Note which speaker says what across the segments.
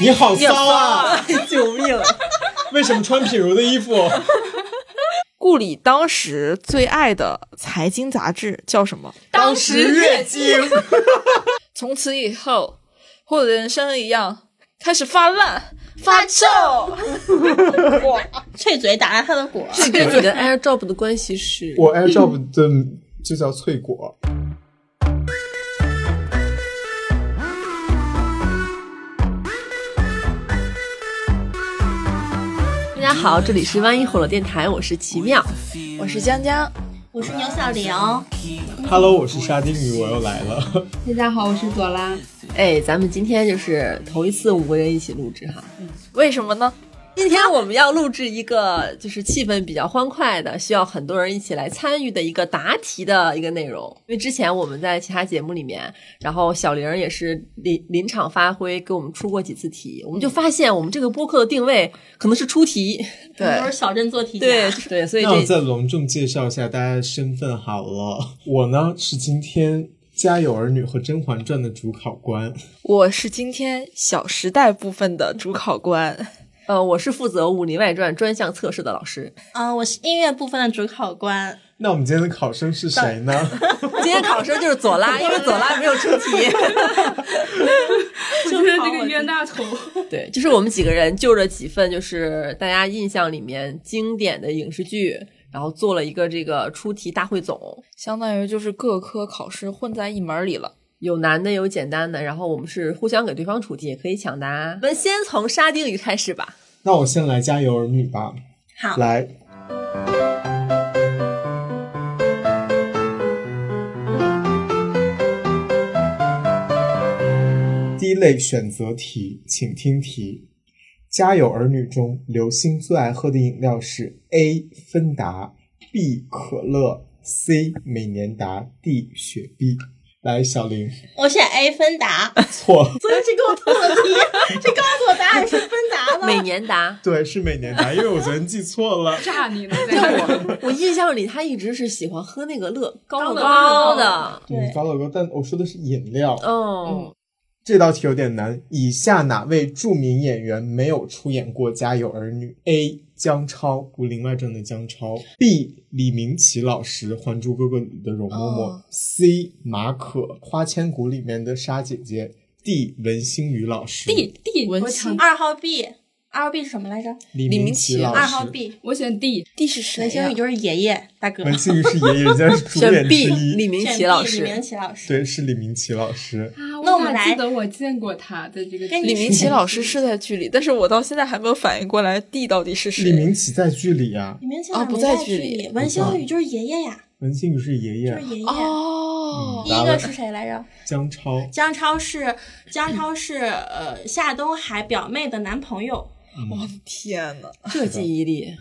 Speaker 1: 你好骚
Speaker 2: 骚
Speaker 1: 啊！
Speaker 3: 救命！
Speaker 1: 为什么穿品如的衣服？
Speaker 2: 顾里当时最爱的财经杂志叫什么？
Speaker 4: 当时月
Speaker 1: 经，
Speaker 4: 从此以后，或人生一样，开始发烂发臭。
Speaker 3: 果，脆嘴打烂他的果。
Speaker 5: 这跟你的 AirDrop 的关系是？
Speaker 1: 我 AirDrop 的嗯就叫翠果。
Speaker 5: 大家好，这里是万一火了电台，我是奇妙。
Speaker 4: 我是江江，
Speaker 3: 我是牛小玲，
Speaker 1: Hello，我是沙丁鱼，我又来了。
Speaker 6: 大家好，我是朵拉。
Speaker 5: 哎，咱们今天就是头一次五个人一起录制哈。
Speaker 4: 为什么呢？
Speaker 5: 今天我们要录制一个就是气氛比较欢快的，需要很多人一起来参与的一个答题的一个内容。因为之前我们在其他节目里面，然后小玲儿也是临临场发挥，给我们出过几次题，我们就发现我们这个播客的定位可能是出题，
Speaker 3: 都是小镇做题家。
Speaker 5: 对就是对，所以
Speaker 1: 那我
Speaker 5: 这
Speaker 1: 再隆重介绍一下大家的身份好了。我呢是今天《家有儿女》和《甄嬛传》的主考官，
Speaker 2: 我是今天《小时代》部分的主考官。
Speaker 5: 呃，我是负责《武林外传》专项测试的老师。
Speaker 3: 嗯、我是音乐部分的主考官，
Speaker 1: 那我们今天的考生是谁呢？
Speaker 5: 今天考生就是左拉，因为左拉没有出题。
Speaker 6: 我就是那个冤大头，
Speaker 5: 对，就是我们几个人就着几份就是大家印象里面经典的影视剧，然后做了一个这个出题大汇总，
Speaker 4: 相当于就是各科考试混在一门儿里了。
Speaker 5: 有难的有简单的，然后我们是互相给对方出题，也可以抢答。我们先从沙丁鱼开始吧。
Speaker 1: 那我先来《家有儿女》吧。
Speaker 3: 好
Speaker 1: 来，第一类选择题，请听题：家有儿女中，刘星最爱喝的饮料是 A. 芬达，B. 可乐，C. 美年达，D. 雪碧。来，小林，
Speaker 3: 我选 A 芬达。
Speaker 1: 错，
Speaker 3: 昨天谁给我透的题？谁告诉我答案是芬达 的？
Speaker 5: 美年 达，
Speaker 1: 对，是美年达，因为我昨天记错了。
Speaker 6: 炸你 呢！
Speaker 5: 就
Speaker 6: 在
Speaker 5: 我我印象里他一直是喜欢喝那个乐高乐
Speaker 6: 高乐高
Speaker 5: 的，
Speaker 3: 对哦
Speaker 1: 嗯，高老哥，但我说的是饮料。
Speaker 5: 嗯，
Speaker 1: 这道题有点难。以下哪位著名演员没有出演过《家有儿女》？A. 姜超，《古林外传》的姜超；B. 李明启老师，《还珠格格》里的容嬷嬷、
Speaker 4: 哦
Speaker 1: c 马可，《花千骨》里面的沙姐姐；D. 文心宇老师
Speaker 3: D D
Speaker 6: 文青
Speaker 3: 二号 B，二号 B 是什么来着？
Speaker 1: 李
Speaker 2: 李明
Speaker 1: 启
Speaker 2: 启
Speaker 1: 老师。
Speaker 3: 二号 B，
Speaker 6: 我选 D，
Speaker 2: D 是谁
Speaker 3: 文
Speaker 4: 啊
Speaker 3: 星宇就是爷爷大哥。
Speaker 1: 文心宇是爷爷，人家是主
Speaker 5: 选
Speaker 1: 演之
Speaker 5: B
Speaker 1: 一。
Speaker 5: 李明
Speaker 3: 选
Speaker 5: 启
Speaker 3: B，
Speaker 5: 老
Speaker 3: 李明
Speaker 5: 师。
Speaker 3: 启老师。
Speaker 1: 对，是李明启老师。
Speaker 6: 啊，
Speaker 3: 那我们
Speaker 6: 咋
Speaker 3: 来
Speaker 6: 记得我见过他在这个
Speaker 3: 跟你
Speaker 6: 剧
Speaker 2: 李
Speaker 6: 里
Speaker 2: 明启老师哎是在剧里，但是我到现在还没有反应过来 D 到底是谁。
Speaker 1: 李明启在剧里啊，
Speaker 3: 李明启
Speaker 2: 哦
Speaker 3: 老师
Speaker 2: 不
Speaker 3: 没
Speaker 2: 在剧
Speaker 3: 剧
Speaker 2: 里
Speaker 3: 里，文星宇就是爷爷呀，
Speaker 1: 文心宇是爷
Speaker 3: 就是
Speaker 1: 爷，
Speaker 3: 爷爷。
Speaker 6: 嗯
Speaker 2: 哦，
Speaker 3: 第一个是谁来着？
Speaker 1: 姜超。
Speaker 3: 姜超是姜超是呃夏东海表妹的男朋友。
Speaker 2: 我的天呐，
Speaker 5: 这记忆力，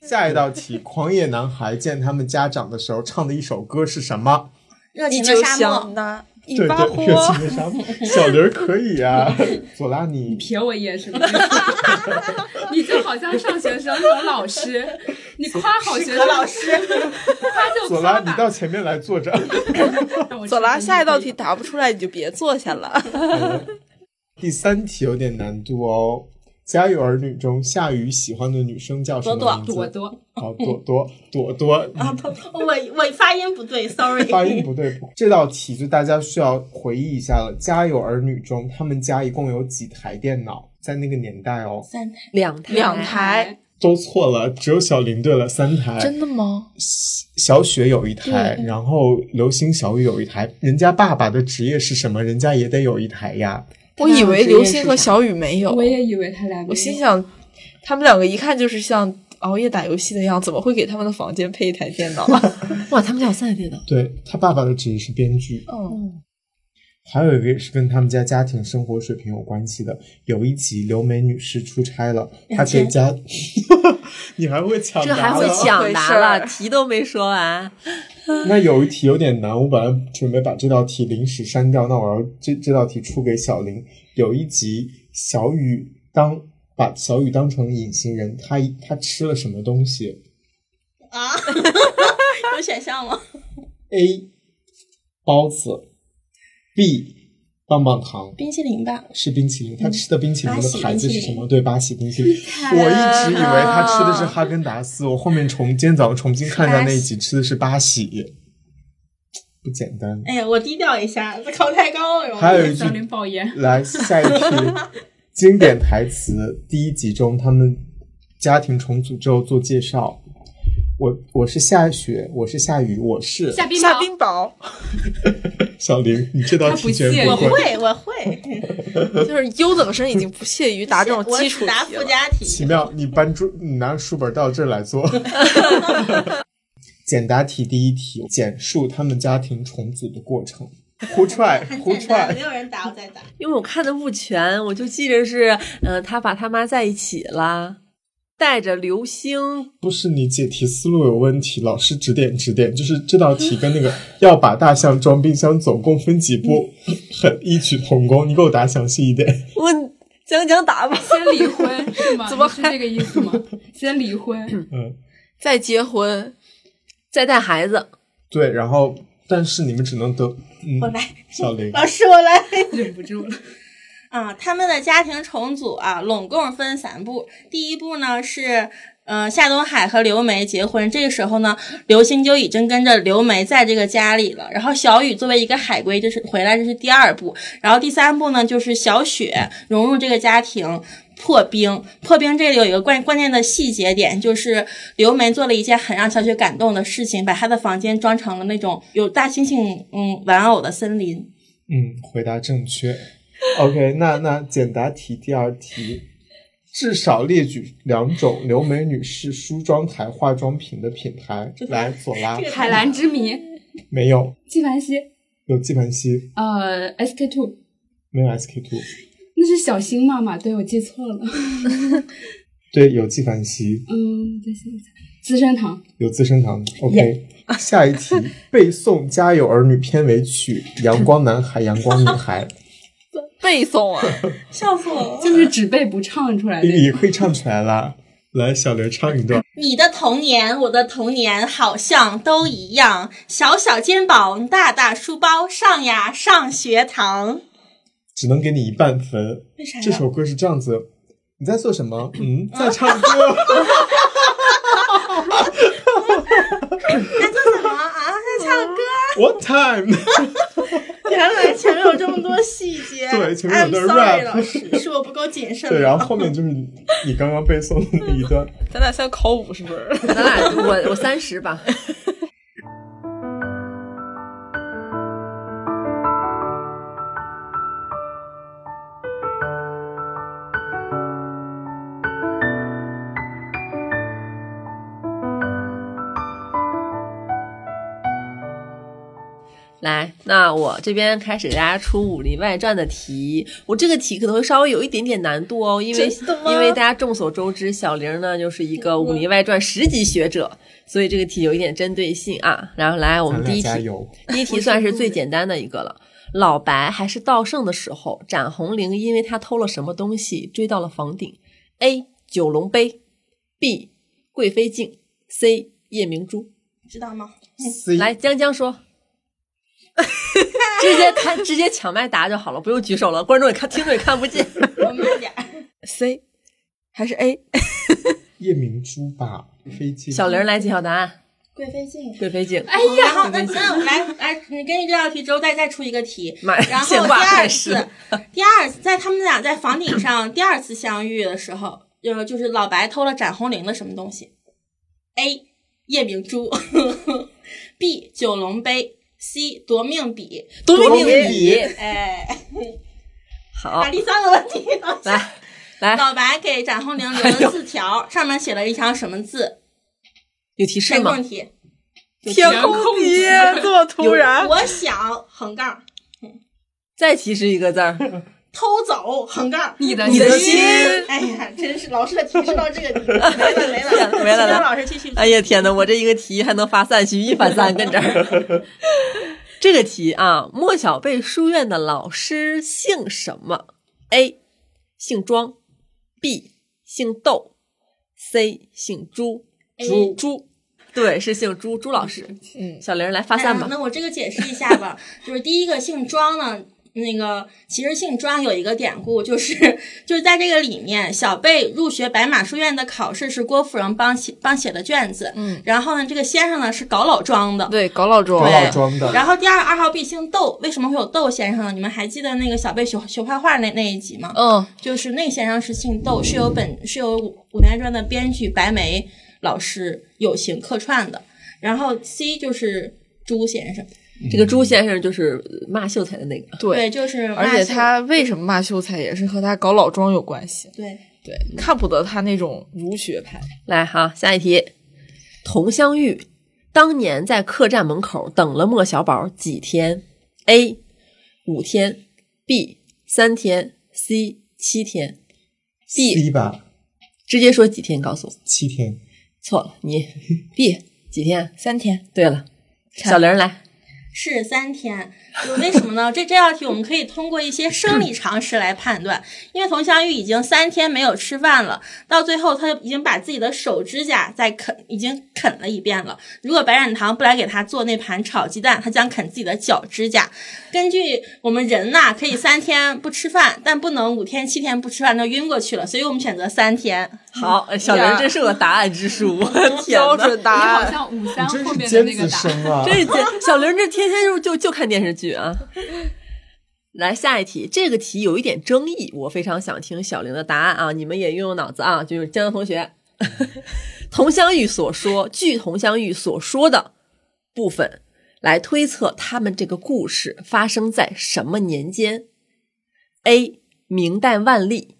Speaker 1: 下一道题，狂野男孩见他们家长的时候唱的一首歌是什么？
Speaker 3: 热
Speaker 2: 你
Speaker 3: 情的
Speaker 2: 就
Speaker 3: 沙
Speaker 2: 想
Speaker 3: 漠，
Speaker 2: 拿一
Speaker 1: 对
Speaker 2: 把
Speaker 1: 对，
Speaker 2: 火。
Speaker 1: 热情的沙漠。 小刘可以啊，左拉你
Speaker 6: 瞥我一眼什么意思？ 你就好像上学生和老师，你夸好学生，老师夸就
Speaker 1: 左
Speaker 6: 夸
Speaker 1: 拉你
Speaker 6: 吧。
Speaker 1: 到前面来坐着。
Speaker 6: 我
Speaker 2: 左拉，
Speaker 6: 知
Speaker 2: 下一道
Speaker 6: 你
Speaker 2: 题答不出来你就别坐下了。
Speaker 6: 哎
Speaker 1: 第三题有点难度哦。家有儿女中，夏雨喜欢的女生叫什么名字？
Speaker 6: 朵朵，
Speaker 1: 好，朵朵，朵朵，
Speaker 3: 啊不，我我发音不对，sorry。
Speaker 1: 发音不对。这道题就大家需要回忆一下了。家有儿女中，他们家一共有几台电脑？在那个年代哦，
Speaker 3: 三台
Speaker 5: 两台
Speaker 2: 两台，
Speaker 1: 都错了，只有小林对了三台。
Speaker 2: 的吗？
Speaker 1: 小雪有一台，然后流星小雨有一台。人家爸爸的职业是什么？人家也得有一台呀。
Speaker 2: 我
Speaker 6: 啊
Speaker 2: 以为刘星和小雨没有。
Speaker 6: 哎我也以为他俩没有。
Speaker 2: 我心想，他们两个一看就是像熬夜打游戏的样子，怎么会给他们的房间配一台电脑？啊
Speaker 5: 哇，他们家有三台电脑。
Speaker 1: 对他爸爸的职业是编剧。
Speaker 2: 嗯，
Speaker 1: 还有一个也是跟他们家家庭生活水平有关系的。有一集刘梅女士出差了，她给家， 你还会抢
Speaker 5: 这还
Speaker 1: 答
Speaker 5: 会
Speaker 1: 了？
Speaker 5: 抢答
Speaker 2: 回事
Speaker 5: 了，
Speaker 2: 儿
Speaker 5: 题都没说完。
Speaker 1: 那有一题有点难，我本来准备把这道题临时删掉，那我要这这道题出给小林。有一集小雨当把小雨当成隐形人，他他吃了什么东西？
Speaker 3: 啊，有选项吗？
Speaker 1: A 包子，B 棒棒糖
Speaker 3: 冰淇淋吧，
Speaker 1: 是冰淇淋，他吃的冰淇淋
Speaker 3: 巴
Speaker 1: 的
Speaker 3: 西
Speaker 1: 牌子
Speaker 3: 冰淇
Speaker 1: 是
Speaker 3: 淋
Speaker 1: 什么？对，巴西冰淇淋。我一直以为他吃的是哈根达斯，我后面重今天早上重新看到那一集吃的是巴西，不简单。
Speaker 3: 哎呀，我低调一下，考太高了。
Speaker 1: 还有一句
Speaker 6: 小林爆言，
Speaker 1: 来，下一题，经典台词，第一集中他们家庭重组之后做介绍。我我是下雪，我是下雨，我是
Speaker 6: 夏冰
Speaker 2: 夏
Speaker 6: 雹，
Speaker 2: 冰雹，
Speaker 1: 小林，你这道
Speaker 6: 他不
Speaker 1: 题全
Speaker 6: 屑
Speaker 1: 不
Speaker 6: 我
Speaker 1: 会。
Speaker 3: 会，我会。
Speaker 2: 就是优等生已经不屑于答这种基础
Speaker 3: 我答
Speaker 2: 题
Speaker 3: 附
Speaker 2: 了。
Speaker 3: 加
Speaker 1: 奇
Speaker 3: 题，
Speaker 1: 妙，你搬书，你拿书本到这儿来 做。简答题第一题，简述他们家庭重组的过程。胡 踹，胡
Speaker 3: 很简单，
Speaker 1: 踹
Speaker 3: 没，有人答，我再答。
Speaker 5: 因为我看的不全，我就记着是，嗯、他爸他妈在一起啦，带着刘星，
Speaker 1: 不是你解题思路有问题，老师指点指点。就是这道题跟那 个要把大象装冰箱总共分几步，很异曲同工。你给我答详细一点。
Speaker 5: 我讲讲打吧。
Speaker 6: 先离婚是吗？
Speaker 4: 怎么
Speaker 6: 是这个意思吗？先离婚，
Speaker 1: 嗯，
Speaker 4: 再结婚，
Speaker 5: 再带孩子，
Speaker 1: 对。然后，但是你们只能得，
Speaker 3: 我
Speaker 1: 嗯，
Speaker 3: 来，
Speaker 1: 小林，
Speaker 3: 老师，我来。
Speaker 6: 忍不住了。
Speaker 3: 啊，他们的家庭重组啊，拢共分三步。第一步呢是，呃，夏东海和刘梅结婚，这个时候呢，刘星就已经跟着刘梅在这个家里了。然后小雨作为一个海归，这是回来，这是第二步。然后第三步呢，就是小雪融入这个家庭。破冰，破冰这里有一个关关键的细节点，就是刘梅做了一件很让小雪感动的事情，把她的房间装成了那种有大猩猩嗯玩偶的森林。
Speaker 1: 嗯，回答正确。OK，那那简答题第二题，至少列举两种留美女士梳妆台化妆品的品牌。来，左拉
Speaker 3: 这个
Speaker 6: 海蓝之谜，
Speaker 1: 没有，
Speaker 6: 纪梵希，
Speaker 1: 有纪梵希，
Speaker 6: 呃，SK two，
Speaker 1: 没有 SK two。
Speaker 6: 那是小新妈妈，对我记错了。
Speaker 1: 对，有纪梵希，
Speaker 6: 嗯，我再想一下，资生堂，
Speaker 1: 有资生堂。OK，下一题，背诵《家有儿女》片尾曲《阳光男孩，阳光女 孩
Speaker 4: 背诵啊，
Speaker 3: 笑死 我了！
Speaker 6: 就是只背不唱出来》，
Speaker 1: 你
Speaker 6: 的。
Speaker 1: 可以唱出来啦。来，小刘唱一段。
Speaker 3: 你的童年，我的童年，好像都一样。小小肩膀，大大书包，上呀上学堂。
Speaker 1: 只能给你一半分。
Speaker 3: 为啥呀
Speaker 1: 这首歌是这样子，你在做什么？嗯，在唱歌。
Speaker 3: 在做什么啊？在唱歌。
Speaker 1: What time？
Speaker 3: 原来前面有这么多细节。
Speaker 1: 对前面有
Speaker 3: I'm
Speaker 1: 段
Speaker 3: sorry，
Speaker 1: rap
Speaker 3: 老师，是我不够谨慎。
Speaker 1: 对，然后后面就是你刚刚背诵的那一段。
Speaker 2: 咱俩现在考五十分儿，
Speaker 5: 咱俩我我三十吧，来，那我这边开始给大家出《武林外传》的题。我这个题可能会稍微有一点点难度哦，因为
Speaker 3: 真的吗
Speaker 5: 因为大家众所周知，小玲呢就是一个《武林外传》十级学者，所以这个题有一点针对性啊。然后来，我
Speaker 1: 咱
Speaker 5: 们
Speaker 1: 俩
Speaker 5: 第一
Speaker 1: 加
Speaker 5: 题，
Speaker 1: 油！
Speaker 5: 第一题算是最简单的一个了。老白还是道圣的时候，展红绫因为他偷了什么东西追到了房顶？A. 九龙杯，B. 贵妃镜，C. 夜明珠。
Speaker 3: 知道吗？
Speaker 1: C
Speaker 5: 来，江江说， 直接他直接抢麦答就好了，不用举手了，观众也看，听众也看不 见。
Speaker 3: 我慢点儿。
Speaker 4: C 还是 A？
Speaker 1: 夜明珠吧，飞机。
Speaker 5: 小玲来揭晓答案，
Speaker 3: 贵妃进。
Speaker 5: 贵妃镜，
Speaker 6: 哎
Speaker 3: 然后
Speaker 6: 呀，
Speaker 3: 那那我来来，你根据这道题之后再再出一个题，
Speaker 5: 妈呀
Speaker 3: 然后第
Speaker 5: 现挂
Speaker 3: 二
Speaker 5: 开始
Speaker 3: 次，第二次在他们俩在房顶上第二次相遇的时候，就就是老白偷了展红绫的什么东西？A. 夜明珠，B. 九龙杯，C. 夺命笔。
Speaker 5: 夺
Speaker 1: 命笔
Speaker 5: 笔。
Speaker 3: 哎，
Speaker 5: 好
Speaker 3: 答，
Speaker 6: 哎
Speaker 3: 第三个问题了。
Speaker 5: 来来，哎
Speaker 3: 老白给展红绫留了字条，上面写了一行什么字？
Speaker 5: 有提示
Speaker 3: 填
Speaker 5: 吗
Speaker 3: 空？题。
Speaker 6: 天空
Speaker 2: 爹这么突然，
Speaker 3: 我想横杠
Speaker 5: 再提示一个字儿，
Speaker 3: 偷走横杠。
Speaker 6: 你的
Speaker 5: 你的
Speaker 6: 心
Speaker 5: 心，
Speaker 3: 哎呀，真是老师的提示到这个 地步，没了没了
Speaker 5: 没了
Speaker 3: 让
Speaker 5: 了
Speaker 3: 老师继续。
Speaker 5: 哎呀天哪，我这一个题还能发散，举一反三，跟这儿。 这个题啊，莫小贝书院的老师姓什么？A. 姓庄，B. 姓窦，C. 姓朱。
Speaker 6: 哎
Speaker 1: 猪
Speaker 5: 朱，对，是姓朱，朱老师。
Speaker 4: 嗯
Speaker 3: 哎
Speaker 5: 小玲儿来发散吧
Speaker 3: 哎。那我这个解释一下吧，就是第一个姓庄呢，那个旗日庆庄有一个典故，就是就是在这个里面，小贝入学白马书院的考试是郭芙蓉帮写帮写的卷子，
Speaker 2: 嗯，
Speaker 3: 然后呢，这个先生呢是搞老庄的，
Speaker 2: 对，搞老
Speaker 1: 高
Speaker 2: 庄，
Speaker 1: 老庄
Speaker 2: 嗯
Speaker 1: 的，
Speaker 3: 然后第二二号必姓窦，为什么会有窦先生呢？你们还记得那个小贝学学画画那那一集吗？
Speaker 2: 嗯，
Speaker 3: 就是那个先生是姓窦，是由本是由《武南传》的编剧白眉老师友情客串的。然后 C 就是朱先生，
Speaker 1: 嗯
Speaker 5: 这个朱先生就是骂秀才的那个，
Speaker 2: 对。
Speaker 3: 对，就是骂
Speaker 2: 而且
Speaker 3: 秀
Speaker 2: 他为什么骂秀才，也是和他搞老庄有关系。
Speaker 3: 对
Speaker 2: 对，看不得他那种儒学派。
Speaker 5: 来哈，下一题，佟湘玉当年在客栈门口等了莫小宝几天？A 五天，B 三天，C 七天。B
Speaker 1: C 吧，
Speaker 5: 直接说几天，告诉我。
Speaker 1: 七天，
Speaker 5: 错了， 你 B 几天？啊
Speaker 2: 三天，
Speaker 5: 对了，小玲儿来，
Speaker 3: 是三天，就为什么呢？这这道题我们可以通过一些生 理常识来判断，因为佟湘玉已经三天没有吃饭了，到最后她已经把自己的手指甲在啃，已经啃了一遍了。如果白展堂不来给她做那盘炒鸡蛋，她将啃自己的脚指甲。根据我们人呐、可以三天不吃饭，但不能五天七天不吃饭就晕过去了，所以我们选择三天。
Speaker 5: 好，小玲儿真是我答案之书，我 的天
Speaker 2: 标
Speaker 5: 哪！
Speaker 2: 准答
Speaker 6: 你好
Speaker 2: 案。
Speaker 6: 像五
Speaker 1: 你
Speaker 6: 三
Speaker 1: 真
Speaker 6: 后
Speaker 1: 是
Speaker 6: 面的
Speaker 1: 尖
Speaker 6: 那
Speaker 1: 子
Speaker 6: 个答
Speaker 1: 生啊！
Speaker 5: 这这小玲这天天就就就看电视剧啊。 来下一题，这个题有一点争议，我非常想听小玲的答案啊！你们也用用脑子啊，就是江江同学， 佟湘玉所说，据佟湘玉所说的部分来推测他们这个故事发生在什么年间？A. 明代万历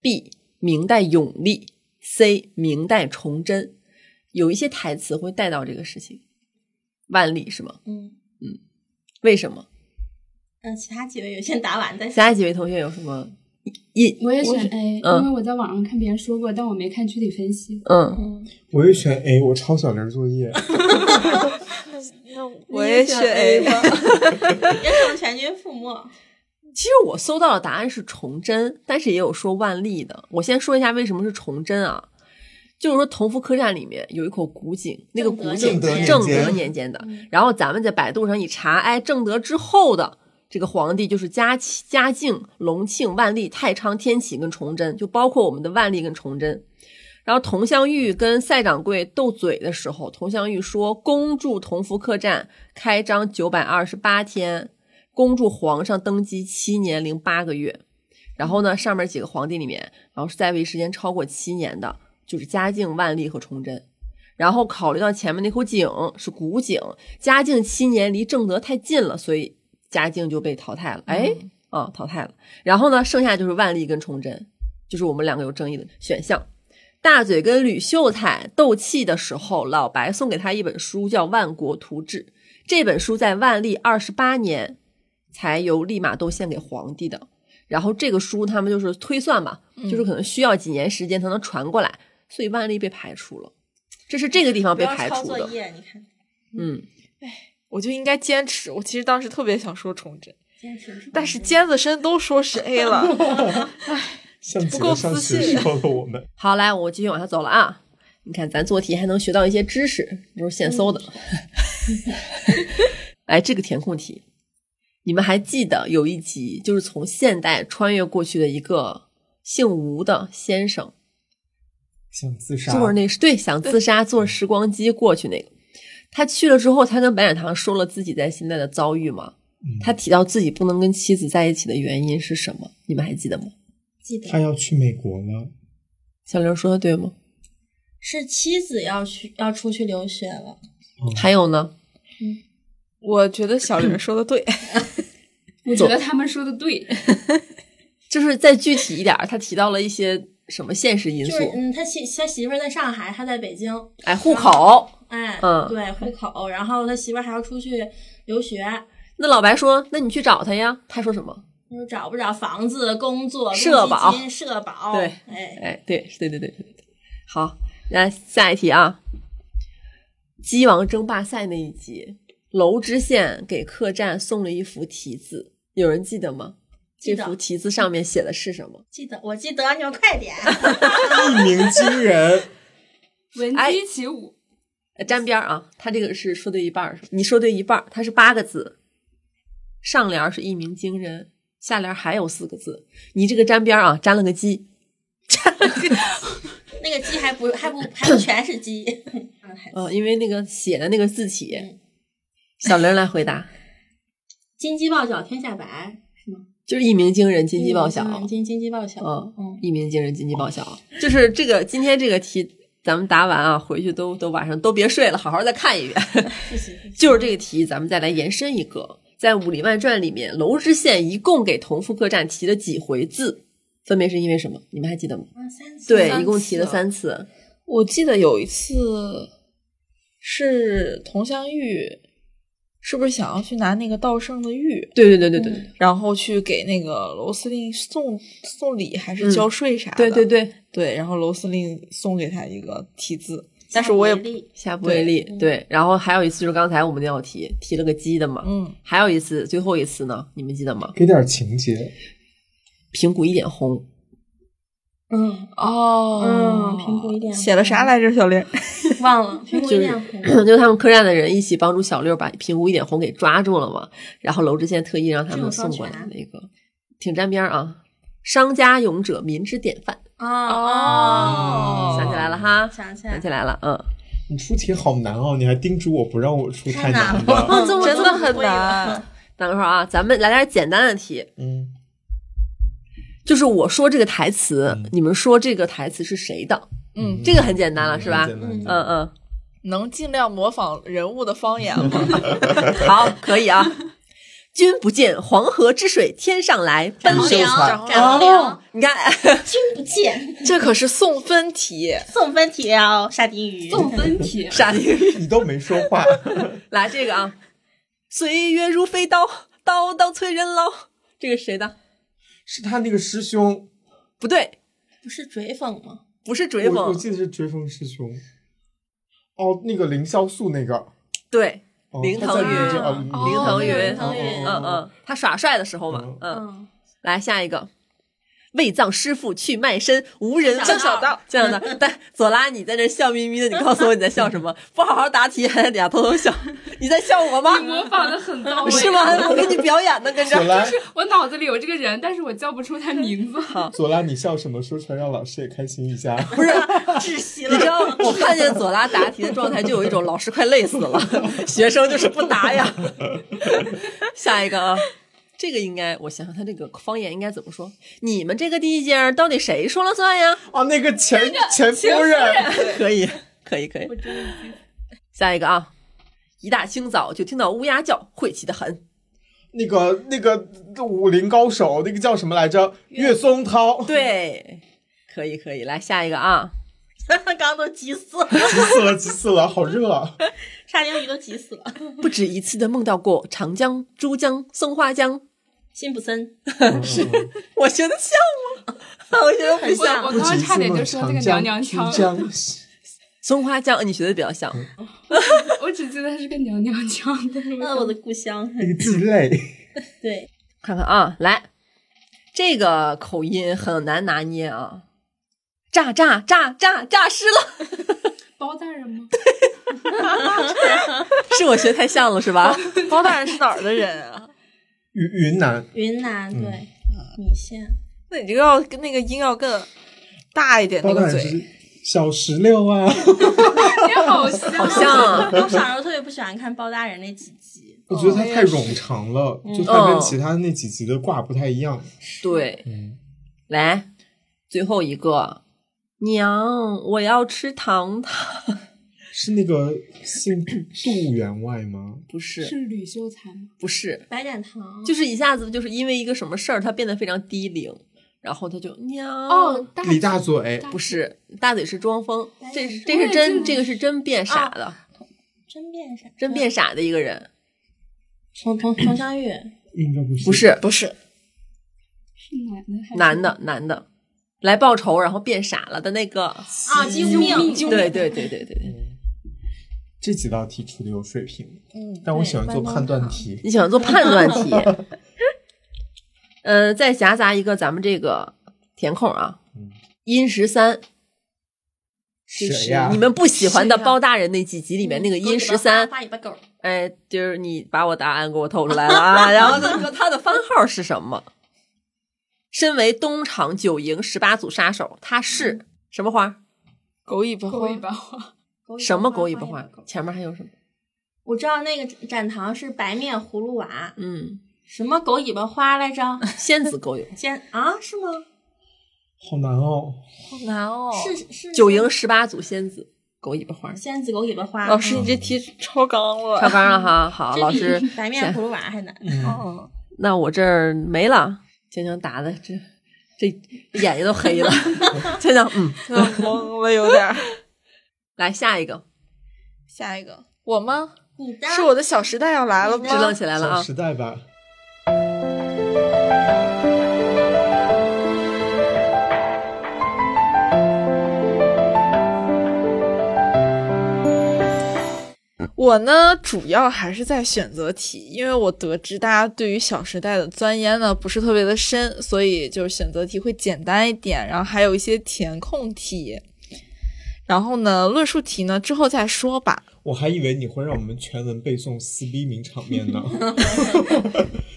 Speaker 5: ，B. 明代永历，C. 明代崇祯。有一些台词会带到这个事情。万历是吗？
Speaker 3: 嗯
Speaker 5: 为什么？
Speaker 3: 嗯，其他几位有先答完再
Speaker 5: 其他几位同学有什么印？
Speaker 6: 我也选 A，
Speaker 5: 嗯
Speaker 6: 因为我在网上看别人说过，但我没看具体分析。
Speaker 5: 嗯，
Speaker 1: 我也选 A，我抄小玲儿作业。
Speaker 2: 我也选 A，
Speaker 3: 也等全军覆没。
Speaker 5: 其实我搜到的答案是崇祯，但是也有说万历的。我先说一下为什么是崇祯啊，就是说同福客栈里面有一口古井，那个古井
Speaker 1: 正德
Speaker 5: 是
Speaker 1: 年间
Speaker 5: 正德年间的
Speaker 3: 嗯，
Speaker 5: 然后咱们在百度上一查，哎，正德之后的。这个皇帝就是嘉庆、嘉靖、隆庆、万历、太昌、天启跟崇祯，就包括我们的万历跟崇祯。然后佟湘玉跟赛掌柜斗嘴的时候，佟湘玉说：“恭祝同福客栈开张九百二十八天，恭祝皇上登基七年零八个月。”然后呢，上面几个皇帝里面，然后是在位时间超过七年的，就是嘉靖、万历和崇祯。然后考虑到前面那口井是古井，嘉靖七年离正德太近了，所以嘉靖就被淘汰了。哎，啊、淘汰了。然后呢，剩下就是万历跟崇祯，就是我们两个有争议的选项。大嘴跟吕秀才斗气的时候，老白送给他一本书，叫《万国图志》。这本书在万历二十八年才由利玛窦献给皇帝的。然后这个书他们就是推算吧，就是可能需要几年时间才能传过来，所以万历被排除了。这是这个地方
Speaker 3: 不
Speaker 5: 被
Speaker 3: 要
Speaker 5: 排
Speaker 3: 抄
Speaker 5: 除
Speaker 3: 作
Speaker 5: 的。
Speaker 3: 业，你看，
Speaker 5: 嗯，
Speaker 2: 我就应该坚持。我其实当时特别想说崇祯，
Speaker 3: 坚持。
Speaker 2: 但是尖子生都说是 A 了。
Speaker 1: 像极
Speaker 2: 不够
Speaker 1: 了上
Speaker 2: 自
Speaker 1: 学
Speaker 2: 信
Speaker 1: 时候的我们。
Speaker 5: 好，来，我继续往下走了啊。你看，咱做题还能学到一些知识，都是现搜的。来，这个填空题，你们还记得有一集就是从现代穿越过去的一个姓吴的先生，
Speaker 1: 想自杀，
Speaker 5: 坐着那对想自杀，坐着时光机过去那个。他去了之后，他跟白展堂说了自己在现在的遭遇嘛。
Speaker 1: 嗯
Speaker 5: 他提到自己不能跟妻子在一起的原因是什么？你们还记得吗？
Speaker 3: 记得
Speaker 1: 他要去美国了，
Speaker 5: 小玲说的对吗？
Speaker 3: 是妻子要去要出去留学了，
Speaker 5: 还有呢？
Speaker 2: 我觉得小玲说的对，
Speaker 6: 我觉得他们说的对，
Speaker 5: 就是再具体一点儿，他提到了一些什么现实因
Speaker 3: 就
Speaker 5: 素
Speaker 3: 是？嗯，他媳他媳妇儿在上海，他在北京，
Speaker 5: 哎，户口。
Speaker 3: 哎，
Speaker 5: 嗯
Speaker 3: 对，户口，然后他媳妇儿还要出去留学，
Speaker 5: 那老白说：“那你去找他呀。”他说什么？
Speaker 3: 他说找不着房子、工作、公积
Speaker 5: 社保
Speaker 3: 金社保，
Speaker 5: 对，
Speaker 3: 哎，
Speaker 5: 哎，对，对对对对对。好，那下一题啊，鸡王争霸赛那一集，娄知县给客栈送了一幅题字，有人记得吗？
Speaker 3: 记
Speaker 5: 这
Speaker 3: 得
Speaker 5: 幅题字上面写的是什么？
Speaker 3: 记得我记得，你们快点，
Speaker 1: 一鸣惊人。
Speaker 6: 闻
Speaker 5: 哎
Speaker 6: 鸡起舞。
Speaker 5: 呃沾边儿啊，他这个是说对一半儿，你说对一半儿，它是八个字，上联是一鸣惊人，下联还有四个字，你这个沾边儿啊，沾了个鸡。
Speaker 3: 那个鸡还不还不还不全是鸡，
Speaker 5: 呃，因为那个写的那个字体，小玲来回答，
Speaker 3: 金鸡报晓天下白是吗？
Speaker 5: 就是一鸣惊人，金鸡报晓。
Speaker 3: 金金鸡报晓。
Speaker 5: 嗯
Speaker 3: 嗯，
Speaker 5: 一鸣惊人，金鸡报晓。就是这个今天这个题，咱们答完啊，回去都都晚上都别睡了，好好再看一遍。
Speaker 3: 谢谢。
Speaker 5: 就是这个题，咱们再来延伸一个，在《武林外传》里面，娄知县一共给同福客栈提了几回字，分别是因为什么？你们还记得吗？
Speaker 3: 啊，三次
Speaker 5: 对，
Speaker 3: 三
Speaker 5: 一共提了三次。
Speaker 2: 我记得有一次是佟湘玉，是不是想要去拿那个道圣的玉，
Speaker 5: 对对对对
Speaker 4: 嗯
Speaker 5: 对
Speaker 2: 然后去给那个娄司令送送礼还
Speaker 5: 嗯
Speaker 2: 是交税啥的？
Speaker 5: 对对对，
Speaker 2: 对，然后娄司令送给他一个题字，但是我也
Speaker 3: 夏伯利
Speaker 5: 下不为例。对，然后还有一次就是刚才我们那道题提了个鸡的嘛，
Speaker 2: 嗯，
Speaker 5: 还有一次最后一次呢，你们记得吗？
Speaker 1: 给点情节，
Speaker 5: 平谷一点红，
Speaker 3: 嗯
Speaker 2: 哦
Speaker 3: 嗯，苹果一点
Speaker 2: 写了啥来着？小玲，
Speaker 3: 忘 了，苹果一点红。
Speaker 5: 哦 就他们客栈的人一起帮助小六把平谷一点红给抓住了嘛。然后娄知县特意让他们送过来那个，挺沾边儿啊。商家勇者，民之典范，
Speaker 3: 哦，
Speaker 5: 想起来了哈，
Speaker 3: 想起来
Speaker 5: 想起来了，嗯，
Speaker 1: 你出题好难哦，你还叮嘱我不让我出太难
Speaker 3: 了，
Speaker 1: 的。
Speaker 3: 嗯
Speaker 2: 这么真的很
Speaker 3: 会了
Speaker 2: 难
Speaker 5: 等一会儿啊，咱们来点简单的题，
Speaker 1: 嗯，
Speaker 5: 就是我说这个台词，
Speaker 1: 嗯
Speaker 5: 你们说这个台词是谁的？
Speaker 2: 嗯
Speaker 5: 这个很简单了，是吧？
Speaker 1: 简单简单
Speaker 5: 嗯嗯，
Speaker 2: 能尽量模仿人物的方言 吗？
Speaker 5: 好，可以啊。君不见黄河之水天上来，奔
Speaker 3: 长
Speaker 5: 流
Speaker 3: 流，
Speaker 5: 长
Speaker 3: 长流，
Speaker 5: 你看，，
Speaker 3: 君不见，
Speaker 2: 这可是送分题，
Speaker 3: 送分题哦，沙丁鱼，
Speaker 6: 送分题
Speaker 5: 傻逼，
Speaker 1: 你都没说 话，
Speaker 5: 来这个啊，岁月如飞刀，刀刀催人老。这个谁的？
Speaker 1: 是他那个师兄，
Speaker 5: 不对，
Speaker 3: 不是追风吗？
Speaker 5: 不是追
Speaker 1: 我我
Speaker 5: 风，
Speaker 1: 记得是追风师兄。哦，那个凌潇肃那个，
Speaker 5: 对，
Speaker 1: 哦
Speaker 5: 林
Speaker 1: 他
Speaker 5: 腾
Speaker 1: 在
Speaker 5: 云
Speaker 1: 那个
Speaker 3: 哦
Speaker 5: 林腾云，
Speaker 3: 林腾云
Speaker 1: 哦
Speaker 5: 嗯嗯，他耍帅的时候嘛
Speaker 1: 嗯，
Speaker 5: 嗯，
Speaker 3: 嗯，
Speaker 5: 来下一个。为葬师傅去卖身，无人
Speaker 3: 江小
Speaker 5: 道这样的。但左拉，你在这笑眯眯的，你告诉我你在笑什么？不好好答题，还在底下偷偷笑，你在笑我吗？
Speaker 6: 你模仿的很到位，
Speaker 5: 是吗？？我给你表演呢，跟
Speaker 1: 左
Speaker 5: 着。
Speaker 1: 拉，
Speaker 6: 我脑子里有这个人，但是我叫不出他名字。
Speaker 1: 左拉，你笑什么？说出来让老师也开心一下。
Speaker 5: 不是，
Speaker 3: 窒息
Speaker 5: 你
Speaker 3: 了。
Speaker 5: 知道我看见左拉答题的状态，就有一种老师快累死了，学生就是不答呀。 下一个啊，这个应该我想想，他这个方言应该怎么说？你们这个地界儿到底谁说了算呀？
Speaker 1: 哦，那个前前夫人，
Speaker 5: 可以，可以，可以。下一个啊，一大清早就听到乌鸦叫，晦气的很。
Speaker 1: 那个那个武林高手，那个叫什么来着？岳松涛，
Speaker 5: 对，可以，可以。来下一个啊，
Speaker 3: 刚刚都急死了，
Speaker 1: 急死了，急死了，好热 啊！
Speaker 3: 沙丁鱼都急死了。
Speaker 5: 不止一次的梦到过长江、珠江、松花江。
Speaker 3: 辛普 森，
Speaker 1: 是
Speaker 5: 我学的像吗？ 我觉得啊不
Speaker 6: 我
Speaker 5: 像
Speaker 6: 我。刚刚差点就说那个娘娘腔了，
Speaker 5: 松花江，你学的比较像。
Speaker 6: 我只记得他是个娘娘腔。但是我
Speaker 3: 那我的故乡。
Speaker 1: 那
Speaker 5: 嗯
Speaker 1: 个鸡肋，
Speaker 3: 对，
Speaker 5: 看看啊，来，这个口音很难拿捏啊。炸炸炸炸诈尸了，
Speaker 6: 包大人吗？
Speaker 5: 是我学太像了是吧？
Speaker 2: 包大人是哪儿的人 啊？
Speaker 1: 云云南
Speaker 3: 云南
Speaker 1: 嗯
Speaker 3: 对米线，
Speaker 2: 那你这个要跟那个音要更大一点，那
Speaker 1: 当
Speaker 2: 个
Speaker 1: 然
Speaker 2: 嘴
Speaker 1: 是小石榴啊，
Speaker 6: 你好像，
Speaker 5: 好像啊，
Speaker 3: 我小时候特别不喜欢看包大人那几集，
Speaker 1: 我觉得它
Speaker 6: 哦
Speaker 1: 太冗长了，就它
Speaker 5: 嗯
Speaker 1: 跟其他那几集的挂不太一样。
Speaker 5: 对，
Speaker 1: 嗯，
Speaker 5: 来，最后一个，娘，我要吃糖糖，
Speaker 1: 是那个姓杜杜员外吗？
Speaker 5: 不是，
Speaker 6: 是吕秀才吗？
Speaker 5: 不是，
Speaker 3: 白展堂
Speaker 5: 就是一下子就是因为一个什么事儿，他变得非常低龄，然后他就娘，
Speaker 6: 哦，大
Speaker 1: 李大哎嘴，
Speaker 5: 不是，大嘴是装疯，这是这
Speaker 6: 我
Speaker 5: 是
Speaker 6: 也
Speaker 5: 真，
Speaker 6: 记
Speaker 5: 这个是真变傻的，
Speaker 3: 真变傻，
Speaker 5: 真变傻的一个人，
Speaker 3: 佟佟佟湘玉，
Speaker 1: 应该不是，
Speaker 5: 不是，不是，
Speaker 6: 是男的还是
Speaker 5: 男？的，男的，来报仇，然后变傻了的那个，
Speaker 3: 啊，救命！
Speaker 5: 对对对对对对，
Speaker 1: 这几道题出的有水平，
Speaker 2: 嗯，
Speaker 1: 但我
Speaker 3: 对
Speaker 1: 喜欢做
Speaker 3: 关东
Speaker 1: 判断
Speaker 3: 糖
Speaker 1: 题。
Speaker 5: 你喜欢做判断题， 呃，再夹杂一个咱们这个填空啊
Speaker 1: 嗯，
Speaker 5: 殷十三就
Speaker 1: 谁
Speaker 5: 啊是
Speaker 1: 呀
Speaker 5: 你们不喜欢的
Speaker 3: 谁呀
Speaker 5: 包大人那几集里面那个殷十三，
Speaker 3: 八尾巴狗，
Speaker 5: 哎，就是你把我答案给我透出来了啊！然后他说他的番号是什么？身为东厂九营十八组杀手，他是什么花？
Speaker 4: 狗尾巴
Speaker 6: 够
Speaker 4: 花
Speaker 6: 一，把花，
Speaker 5: 什么狗尾巴
Speaker 3: 花
Speaker 5: 花？前面还有什么？
Speaker 3: 我知道那个展堂是白面葫芦娃，
Speaker 5: 嗯，
Speaker 3: 什么狗尾巴花来 着？
Speaker 5: 仙子狗尾巴
Speaker 3: 先啊，是吗？
Speaker 1: 好难哦。
Speaker 4: 好难哦。
Speaker 3: 是是
Speaker 5: 九营十八组仙子狗尾巴花。
Speaker 3: 仙子狗尾巴花。
Speaker 4: 老师，
Speaker 3: 嗯
Speaker 4: 你这题超纲了。
Speaker 5: 跳纲了哈，好，
Speaker 3: 这
Speaker 5: 啊老
Speaker 3: 比，
Speaker 5: 师
Speaker 3: 白面葫芦娃还难。
Speaker 1: 嗯，
Speaker 4: 嗯，
Speaker 5: 那我这儿没了。强强答的这这眼睛都黑了。强强，嗯，
Speaker 4: 懵了有 点儿。
Speaker 5: 来下一个，
Speaker 4: 下一个我吗？
Speaker 3: 你的
Speaker 4: 是我的小时代要来了
Speaker 3: 你
Speaker 5: 支棱
Speaker 4: 吗？
Speaker 5: 起来了
Speaker 1: 小
Speaker 5: 啊！
Speaker 1: 时代吧，
Speaker 4: 我呢，主要还是在选择题，因为我得知大家对于小时代的钻研呢不是特别的深，所以就是选择题会简单一点，然后还有一些填空题。然后呢，论述题呢之后再说吧。
Speaker 1: 我还以为你会让我们全文背诵撕逼名场面 呢，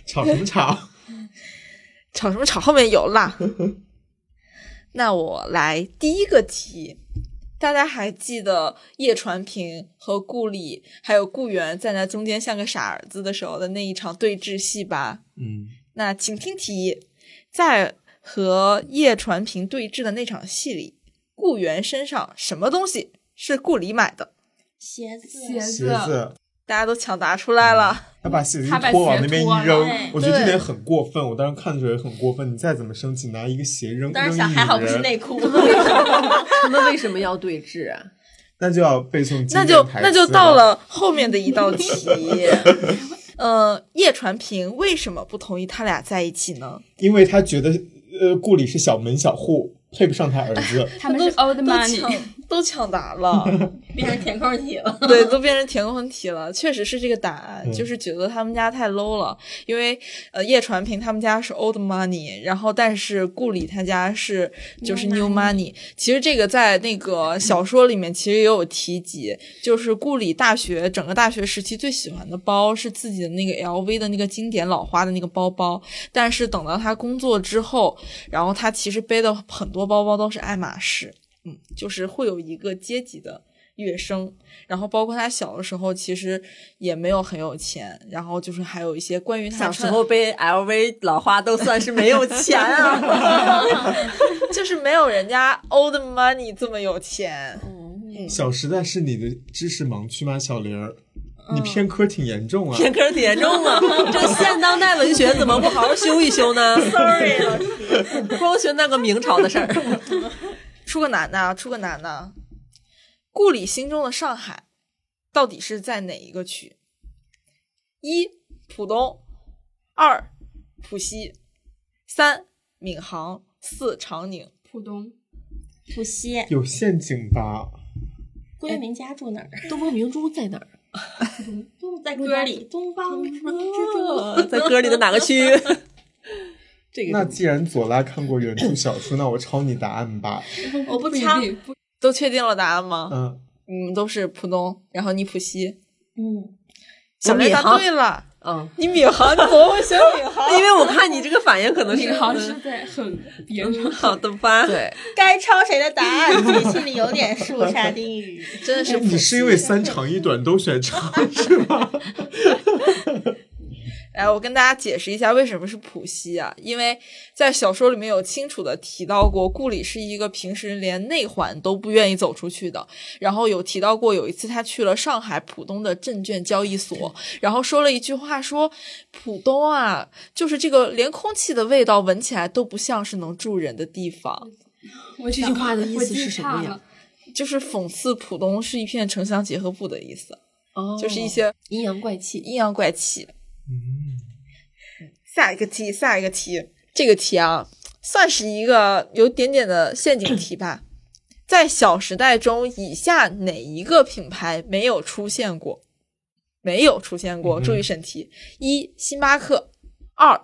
Speaker 1: 吵什么吵？
Speaker 4: 吵什么吵？后面有啦。那我来第一个题，大家还记得叶传平和顾里还有顾源站在中间像个傻儿子的时候的那一场对峙戏吧？
Speaker 1: 嗯，
Speaker 4: 那请听题，在和叶传平对峙的那场戏里，顾源身上什么东西是顾里买的？
Speaker 3: 鞋子，
Speaker 1: 鞋
Speaker 6: 鞋子，
Speaker 1: 子，
Speaker 4: 大家都抢答出来了，
Speaker 1: 他把鞋子一
Speaker 6: 他把
Speaker 1: 脱往
Speaker 6: 鞋
Speaker 1: 那边一
Speaker 6: 脱了
Speaker 1: 扔
Speaker 3: 哎，
Speaker 1: 我觉得这
Speaker 4: 对
Speaker 1: 点很过分。我当时看的时候也很过分，你再怎么生气，拿一个鞋扔，
Speaker 3: 当时
Speaker 1: 扔
Speaker 3: 想
Speaker 1: 一
Speaker 3: 还好不
Speaker 1: 人
Speaker 3: 是内 裤。嗯
Speaker 5: 他们为什么要对峙啊？
Speaker 1: 那就要背诵经
Speaker 4: 那
Speaker 1: 典
Speaker 4: 就
Speaker 1: 台
Speaker 4: 那就
Speaker 1: 词
Speaker 4: 到，了后面的一道题。呃，叶传平为什么不同意他俩在一起呢？
Speaker 1: 因为他觉得呃顾里是小门小户，配不上他儿子。
Speaker 6: 他们是 old
Speaker 4: 都抢
Speaker 6: money，
Speaker 4: 都抢答 了，
Speaker 3: 变成填空题了。
Speaker 4: 对，都变成填空题了。确实是这个答案，
Speaker 1: 嗯
Speaker 4: 就是觉得他们家太 low 了，因为呃叶传平他们家是 old money，然后但是顾里他家是就是 new
Speaker 3: New
Speaker 4: money。其实这个在那个小说里面其实也有提及，就是顾里大学整个大学时期最喜欢的包是自己的那个 LV 的那个经典老花的那个包包，但是等到他工作之后，然后他其实背的很多包包都是爱马仕，嗯，就是会有一个阶级的跃升。然后包括他小的时候，其实也没有很有钱，然后就是还有一些关于他
Speaker 5: 小时
Speaker 4: 穿
Speaker 5: 候背 LV 老花都算是没有钱啊。
Speaker 4: 就是没有人家 old money 这么有钱。
Speaker 1: 小时代是你的知识盲区吗，小玲儿？你偏科挺严重啊。
Speaker 5: 偏科挺严重啊！这现当代文学怎么不好好修一修呢？Sorry，老师， 光学那个明朝的事儿。
Speaker 4: 出个男的，啊出个男的。顾里心中的上海到底是在哪一个区？一浦东，二浦西，三闵行，四长宁。
Speaker 6: 浦东。
Speaker 3: 浦西，
Speaker 1: 有陷阱吧？
Speaker 3: 郭跃明家住哪儿？
Speaker 5: 东方明珠在哪儿？
Speaker 3: 都在歌里。嗯东
Speaker 6: 哦
Speaker 3: 方明珠，
Speaker 5: 呃在歌里的哪个区？这
Speaker 1: 那
Speaker 5: 个
Speaker 1: 既然左拉看过原著小说，那我抄你答案吧。
Speaker 3: 我不
Speaker 6: 不一
Speaker 3: 抄。
Speaker 6: 定，不
Speaker 4: 都确定了答案吗？
Speaker 1: 嗯，
Speaker 4: 你们都是浦东，然后你浦西。
Speaker 3: 嗯，
Speaker 4: 小
Speaker 5: 我闵
Speaker 4: 雷答
Speaker 5: 行
Speaker 4: 对了，
Speaker 5: 嗯，
Speaker 4: 你闵行，你怎么会选闵行？
Speaker 5: 因为我看你这个反应可能是
Speaker 6: 闵行是在很别
Speaker 5: 嗯
Speaker 6: 人。
Speaker 5: 好的 吧？
Speaker 4: 对，
Speaker 3: 该抄谁的答案？自己心里有点数。沙丁鱼，
Speaker 4: 真的是浦
Speaker 1: 你
Speaker 4: 西。
Speaker 1: 是因为三长一短都选长是吗？
Speaker 4: 来，哎我跟大家解释一下为什么是浦西啊？因为在小说里面有清楚的提到过，顾里是一个平时连内环都不愿意走出去的。然后有提到过，有一次他去了上海浦东的证券交易所，然后说了一句话说，浦东啊，就是这个连空气的味道闻起来都不像是能住人的地方，
Speaker 6: 我
Speaker 5: 这
Speaker 6: 想
Speaker 5: 句话的意思是什么呀
Speaker 6: 我记差了？
Speaker 4: 就是讽刺浦东是一片城乡结合部的意思，
Speaker 5: 哦
Speaker 4: 就是一些
Speaker 5: 阴阳怪气。
Speaker 4: 阴阳怪气。
Speaker 1: 嗯，
Speaker 4: 下一个题，下一个题，这个题啊，算是一个有点点的陷阱题吧。在《小时代》中，以下哪一个品牌没有出现过？没有出现过，
Speaker 1: 嗯
Speaker 4: 注意审题：一、星巴克；二、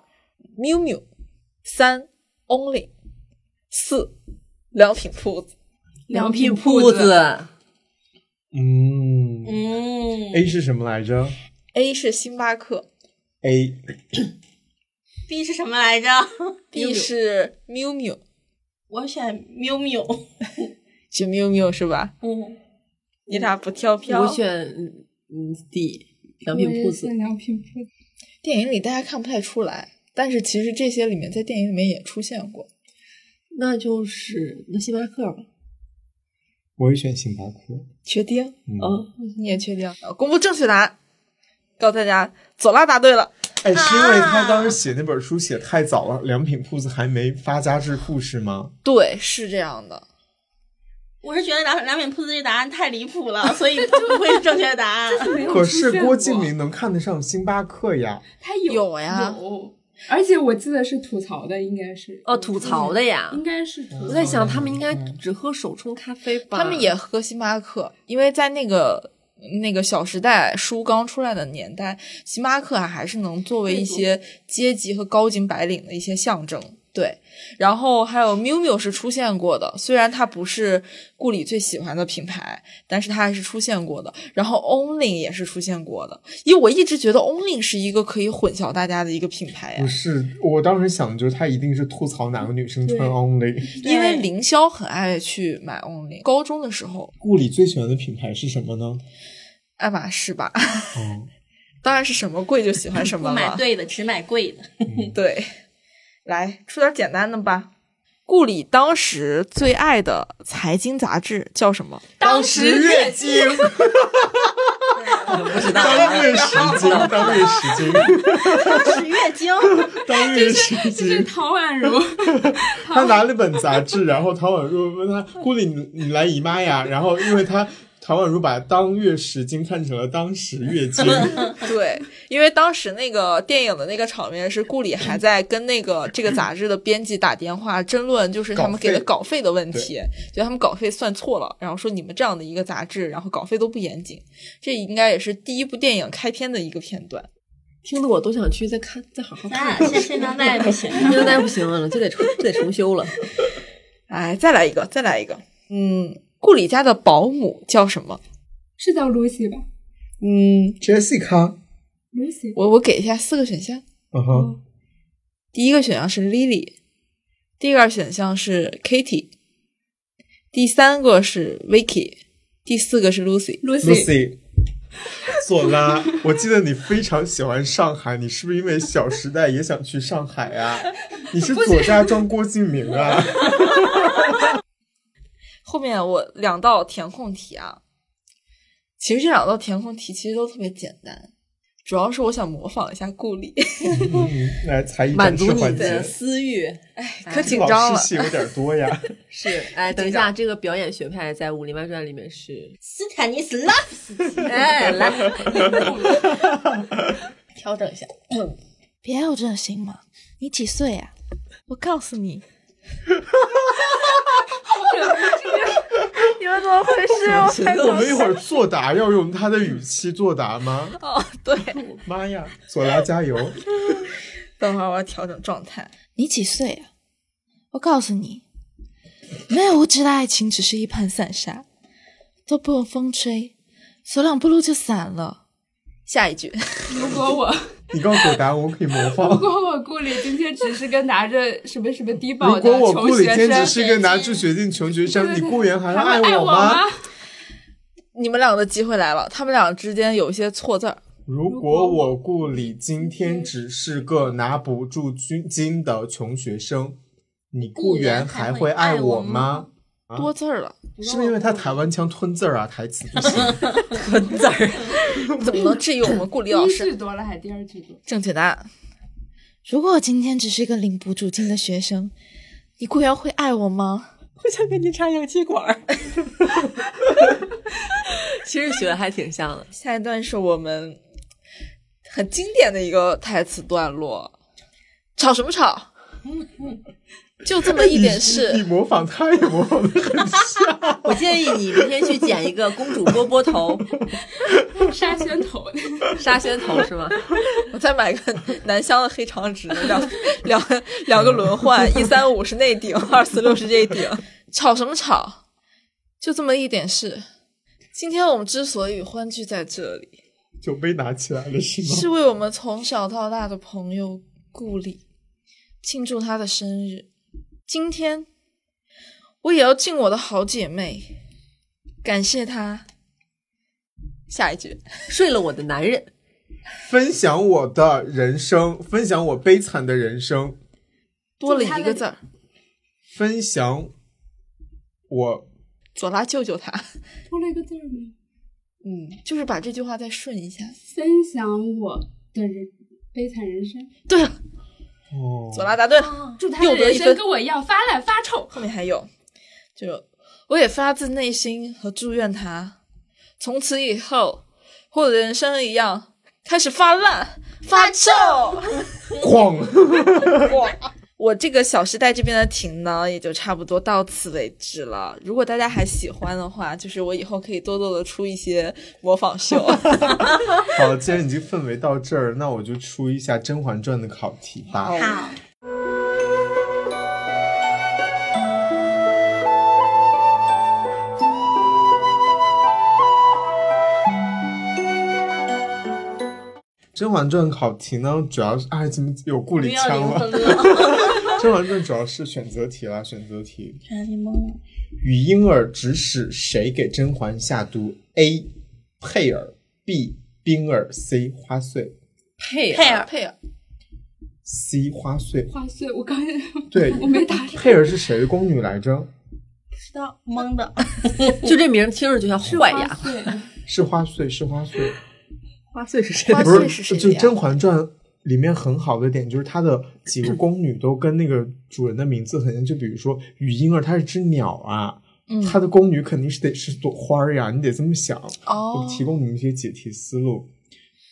Speaker 4: miu miu；三、Only；四、良品铺子。
Speaker 6: 良
Speaker 5: 品
Speaker 6: 品铺子
Speaker 5: 子，
Speaker 1: 嗯
Speaker 3: 嗯
Speaker 5: 哎
Speaker 1: ，A 是什么来着
Speaker 4: A 是星巴克
Speaker 1: ？A
Speaker 3: ，B 是什么来着？
Speaker 4: ，B 是 miu miu，
Speaker 3: 我选喵喵。
Speaker 4: 是 miu miu 是吧？
Speaker 3: 嗯，
Speaker 4: 你俩不跳票
Speaker 5: 我？选嗯嗯 D 良品铺子
Speaker 6: 我也是良品铺子，
Speaker 4: 电影里大家看不太出来，但是其实这些里面在电影里面也出现过。
Speaker 5: 那就是那星巴克吧。
Speaker 1: 我也选星巴克。
Speaker 4: 确定？
Speaker 1: 嗯，
Speaker 6: 哦
Speaker 5: 嗯，
Speaker 4: 你也确定？呃公布正确答案，告诉大家，左拉答对了。
Speaker 1: 哎，是因为他当时写那本书写太早了，良品铺子还没发家致富是吗？
Speaker 4: 对，是这样的。
Speaker 3: 我是觉得良良品铺子这答案太离谱了， 所以它不会是正确答案。
Speaker 6: 没有
Speaker 1: 可
Speaker 6: 出
Speaker 1: 是
Speaker 6: 现
Speaker 1: 郭
Speaker 6: 过
Speaker 1: 敬明能看得上星巴克呀？
Speaker 6: 他有
Speaker 4: 有呀
Speaker 6: 有而且我记得是吐槽的，应该是
Speaker 5: 哦，吐槽的呀。
Speaker 6: 应该是吐槽
Speaker 5: 我
Speaker 6: 的
Speaker 5: 在想，他们应该只喝手冲咖啡吧？
Speaker 4: 他们也喝星巴克，因为在那个那个《小时代》书刚出来的年代，星巴克啊还是能作为一些阶级和高级白领的一些象征。对，然后还有 miu miu 是出现过的，虽然它不是顾里最喜欢的品牌，但是它还是出现过的。然后 only 也是出现过的，因为我一直觉得 only 是一个可以混淆大家的一个品牌呀
Speaker 1: 不，是，我当时想的就是他一定是吐槽哪个女生穿 Only。
Speaker 4: 因为凌霄很爱去买 only，高中的时候
Speaker 1: 顾里最喜欢的品牌是什么呢？
Speaker 4: 爱马仕吧。
Speaker 1: 哦，
Speaker 4: 当然是什么贵就喜欢什
Speaker 3: 不
Speaker 4: 么
Speaker 3: 买
Speaker 4: 了。
Speaker 3: 对的，只买贵的。
Speaker 4: 对，来出点简单的吧。顾里当时最爱的财经杂志叫什么？
Speaker 6: 当时月
Speaker 1: 经，
Speaker 5: 不知道。
Speaker 1: 当月时经， 当月时经，
Speaker 3: 当时月 经，
Speaker 1: 当月时
Speaker 6: 这是
Speaker 1: 经。
Speaker 6: 陶宛如，
Speaker 1: 他拿了本杂志，然后陶宛如问他：“顾里，你你来姨妈呀？”然后因为他陶宛如把当月时经看成了当时月经，
Speaker 4: 对，因为当时那个电影的那个场面是顾里还在跟那个这个杂志的编辑打电话争论，就是他们给的稿费的问题，就他们稿费算错了，然后说你们这样的一个杂志，然后稿费都不严谨，这应该也是第一部电影开篇的一个片段。
Speaker 5: 听得我都想去再 看，再好好
Speaker 3: 咱俩
Speaker 5: 看。
Speaker 3: 现现当代不行啊。
Speaker 5: 现在不行了，就得重就得重 修了。
Speaker 4: 哎，再来一个，再来一个。嗯，顾里家的保姆叫什么？
Speaker 6: 是叫 Lucy 吧
Speaker 4: 嗯，
Speaker 1: Jessica，
Speaker 6: ？Lucy，
Speaker 4: 我我给一下四个选项，
Speaker 1: 嗯哼，
Speaker 4: 第一个选项是 Lily，第二个选项是 Kitty，第三个是 Vicky，第四个是 Lucy。
Speaker 1: Lucy。索拉，我记得你非常喜欢上海，你是不是因为《小时代》也想去上海啊？你是左家庄郭敬明啊？
Speaker 4: 后面我两道填空题啊，其实这两道填空题其实都特别简单，主要是我想模仿一下顾里，
Speaker 1: 嗯，来才艺
Speaker 5: 满
Speaker 1: 展
Speaker 5: 足
Speaker 1: 示
Speaker 5: 你
Speaker 1: 环
Speaker 5: 的
Speaker 1: 节，
Speaker 5: 私欲。
Speaker 4: 可紧张啊
Speaker 1: 老
Speaker 4: 了
Speaker 1: 师。戏有点多呀。
Speaker 5: 是， 哎，等一下，这个表演学派在《武林外传》里面是，
Speaker 3: 斯坦尼斯拉夫斯基，
Speaker 5: 哎， 来，
Speaker 3: 调整一下。
Speaker 4: 别有这心嘛，你几岁啊？我告诉你，你们怎么回事？我
Speaker 5: 是
Speaker 1: 我们一会儿作答要用他的语气作答吗？
Speaker 4: 哦，对，
Speaker 1: 妈呀，索拉加油！
Speaker 4: 等会儿我要调整状态。你几岁啊？我告诉你，没有物质的爱情只是一盘散沙，都不用风吹，走两步路就散了。下一句，
Speaker 6: 如果我
Speaker 1: 你告诉我答案，我可以模
Speaker 6: 如
Speaker 1: 仿。
Speaker 6: 果我顾里今天只是个拿着什么什么低保
Speaker 1: 如
Speaker 6: 的
Speaker 1: 果我
Speaker 6: 穷
Speaker 1: 顾里
Speaker 6: 学
Speaker 1: 坚持
Speaker 6: 生，
Speaker 1: 是个拿出学进穷学生，你顾源还要
Speaker 6: 还
Speaker 1: 爱
Speaker 6: 会爱
Speaker 1: 我
Speaker 6: 吗？？
Speaker 4: 你们两个的机会来了，他们俩之间有一些错字儿。
Speaker 1: 如果我顾里今天只是个拿不住军金的穷学生，你顾源还会爱我吗？啊
Speaker 4: 多字儿了，
Speaker 1: 是不是因为他台湾腔吞字儿啊？台词不行。
Speaker 5: 吞字儿。
Speaker 4: 怎么能质疑我们顾里老
Speaker 6: 第一
Speaker 4: 师？
Speaker 6: 句多了还是第二句多？
Speaker 4: 正确答案。如果我今天只是一个领补助金的学生，你顾源会爱我吗？
Speaker 5: 我想给你插氧气管儿。其实学的还挺像的，
Speaker 4: 下一段是我们很经典的一个台词段落：吵什么吵？ 就这么一点
Speaker 1: 你
Speaker 4: 事，
Speaker 1: 模仿他也模仿的很 像。
Speaker 5: 我建议你明天去剪一个公主波波头、
Speaker 6: 沙 宣头的，
Speaker 5: 沙宣头是吗？
Speaker 4: 我再买个南湘的黑长直，两两个两个轮换，一三五是内顶，二四六是这顶。吵什么吵？就这么一点事。今天我们之所以欢聚在这里，
Speaker 1: 酒杯拿起来了是吗？
Speaker 4: 是为我们从小到大的朋友顾里庆祝她的生日。今天，我也要敬我的好姐妹，感谢她。
Speaker 5: 下一句，睡了我的男人。
Speaker 1: 分享我的人生，分享我悲惨的人生，
Speaker 4: 多了一个字儿，
Speaker 1: 分享我
Speaker 4: 左拉救救她。
Speaker 6: 多了一个字儿吗？
Speaker 4: 嗯，就是把这句话再顺一下。
Speaker 6: 分享我的人悲惨人生，
Speaker 4: 对了，
Speaker 1: 哦，
Speaker 4: 左拉答对了。
Speaker 6: 祝他
Speaker 4: 又
Speaker 6: 的
Speaker 4: 得
Speaker 6: 人
Speaker 4: 一
Speaker 6: 生
Speaker 4: 分
Speaker 6: 跟我一样发烂发臭。
Speaker 4: 后面还有，就我也发自内心和祝愿他，从此以后，和我的人生一样，开始发烂发臭。
Speaker 1: 哐，
Speaker 4: 我这个《小时代》这边的停呢，也就差不多到此为止了。如果大家还喜欢的话，就是我以后可以多多的出一些模仿秀。
Speaker 1: 好，既然已经氛围到这儿，那我就出一下《甄嬛传》的考题吧。
Speaker 3: 好，
Speaker 1: 《甄嬛传》考题呢，主要是哎，怎么有顾
Speaker 3: 不
Speaker 1: 里
Speaker 3: 要
Speaker 1: 腔了？
Speaker 3: 灵魂了，
Speaker 1: 《甄嬛传》主要是选择题啦，选择题。
Speaker 3: 差点懵了。
Speaker 1: 与婴儿指使谁给甄嬛下毒？A. 佩儿 B. 冰儿 C. 花穗
Speaker 5: 佩啊
Speaker 3: 佩尔，
Speaker 4: 佩尔，
Speaker 1: C. 花穗。
Speaker 6: 花穗，我刚才
Speaker 1: 对，
Speaker 6: 我没答上，
Speaker 1: 佩儿是谁的宫女来着？
Speaker 3: 不知道懵的，
Speaker 5: 就这名儿听着就像坏
Speaker 6: 花
Speaker 5: 呀。
Speaker 6: 穗，
Speaker 1: 是花穗，是花穗，
Speaker 5: 花穗是谁
Speaker 4: 花
Speaker 1: 不
Speaker 4: 穗是谁
Speaker 1: 就
Speaker 4: 的
Speaker 1: 《
Speaker 4: 呀
Speaker 1: 甄嬛传》里面很好的点就是它的几个宫女都跟那个主人的名字很像，就比如说雨婴儿，她是只鸟啊，
Speaker 4: 嗯，
Speaker 1: 她的宫女肯定是得是朵花儿呀，你得这么想。
Speaker 4: 哦
Speaker 1: 我，提供你们一些解题思路。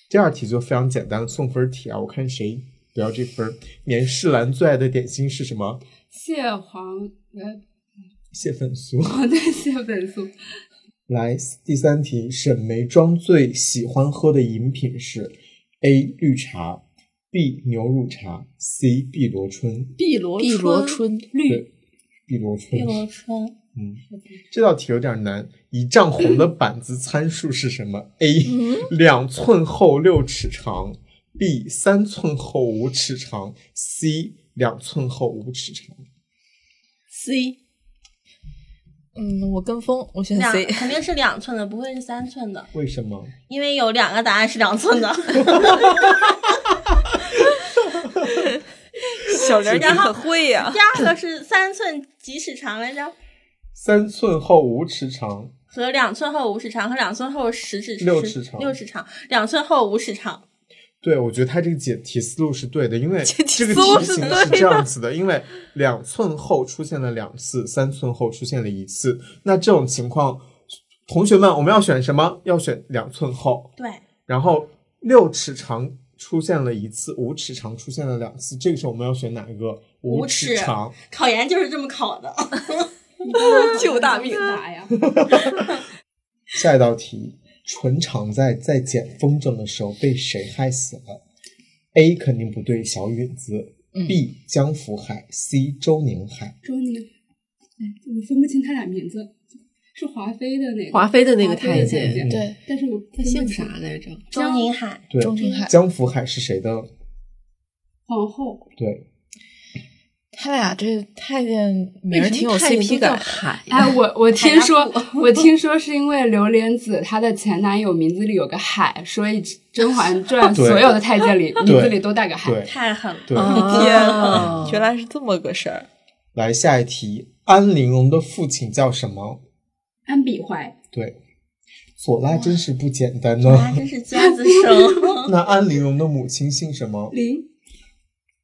Speaker 1: 第二题就非常简单的送分题啊，我看谁不要这分儿。棉世兰最爱的点心是什么？
Speaker 6: 蟹黄，呃，
Speaker 1: 蟹粉酥。
Speaker 6: 哦对，蟹粉酥，
Speaker 1: 来，第三题，沈眉庄最喜欢喝的饮品是 A 绿茶，B 牛乳茶，C 碧螺春。
Speaker 5: 碧螺
Speaker 4: 碧螺春
Speaker 1: 绿碧螺春
Speaker 3: 碧。螺春，
Speaker 1: 嗯，这道题有点难。一丈红的板子参数是什么？A
Speaker 3: 嗯
Speaker 1: 两寸厚六尺长，B 三寸厚五尺长，C 两寸厚五尺长。
Speaker 5: C
Speaker 4: 嗯，我跟风，我选
Speaker 3: 两
Speaker 4: C。
Speaker 3: 肯定是两寸的，不会是三寸的，
Speaker 1: 为什么？
Speaker 3: 因为有两个答案是两寸 的。
Speaker 4: 小玲儿，你很会呀、
Speaker 3: 第二个是三寸几尺长来着？
Speaker 1: 三寸厚五尺长，
Speaker 3: 和两寸厚五尺长和两寸厚十尺
Speaker 1: 六尺长
Speaker 3: 六尺长，两寸厚五尺长。
Speaker 1: 对我觉得他这个解题思路是对的，因为
Speaker 4: 解题
Speaker 1: 这个
Speaker 4: 思路
Speaker 1: 题
Speaker 4: 是
Speaker 1: 型
Speaker 4: 对
Speaker 1: 是这样子的，因为两寸厚出现了两次，三寸厚出现了一次。那这种情况，同学们，我们要选什么？要选两寸厚。
Speaker 3: 对，
Speaker 1: 然后六尺长出现了一次，五尺长出现了两次，这个时候我们要选哪一个？
Speaker 3: 五
Speaker 1: 尺
Speaker 3: 尺
Speaker 1: 长，
Speaker 3: 考研就是这么考的。
Speaker 5: 救大命！
Speaker 6: 答呀，
Speaker 1: 下一道题，纯常在在捡风筝的时候被谁害死了？A 肯定不对，小允子。B
Speaker 4: 嗯
Speaker 1: 江福海，C 周宁海。
Speaker 6: 周宁，哎，我分不清他俩名字，是华妃的那个，
Speaker 5: 华妃的那个太
Speaker 6: 华妃的太
Speaker 5: 监，
Speaker 6: 监
Speaker 1: 嗯，
Speaker 4: 哦对，
Speaker 6: 但是我
Speaker 5: 他姓啥来着？
Speaker 3: 周宁海，
Speaker 1: 对，
Speaker 4: 周宁海
Speaker 1: 江福海是谁的？
Speaker 6: 皇后，
Speaker 1: 对，
Speaker 4: 他俩这太监名儿
Speaker 5: 为什么
Speaker 4: 挺有
Speaker 5: 太监
Speaker 4: CP
Speaker 5: 都叫
Speaker 4: 感。
Speaker 5: 海呀，
Speaker 6: 哎，我我听说
Speaker 3: 海拉，
Speaker 6: 我听说是因为榴莲子她的前男友名字里有个海，所以《甄嬛传》
Speaker 1: 对
Speaker 6: 所有的太监里名字里都带个海。
Speaker 1: 对，
Speaker 3: 太狠了。
Speaker 1: 对。
Speaker 4: 天
Speaker 5: 啊
Speaker 4: 原来是这么个事儿。
Speaker 1: 来下一题，安陵容的父亲叫什么？
Speaker 6: 安比怀，
Speaker 1: 对，左拉真是不简单
Speaker 5: 嗯
Speaker 1: 呢、
Speaker 3: 妈真是尖子 生，
Speaker 1: 那安陵容的母亲姓什么？
Speaker 6: 林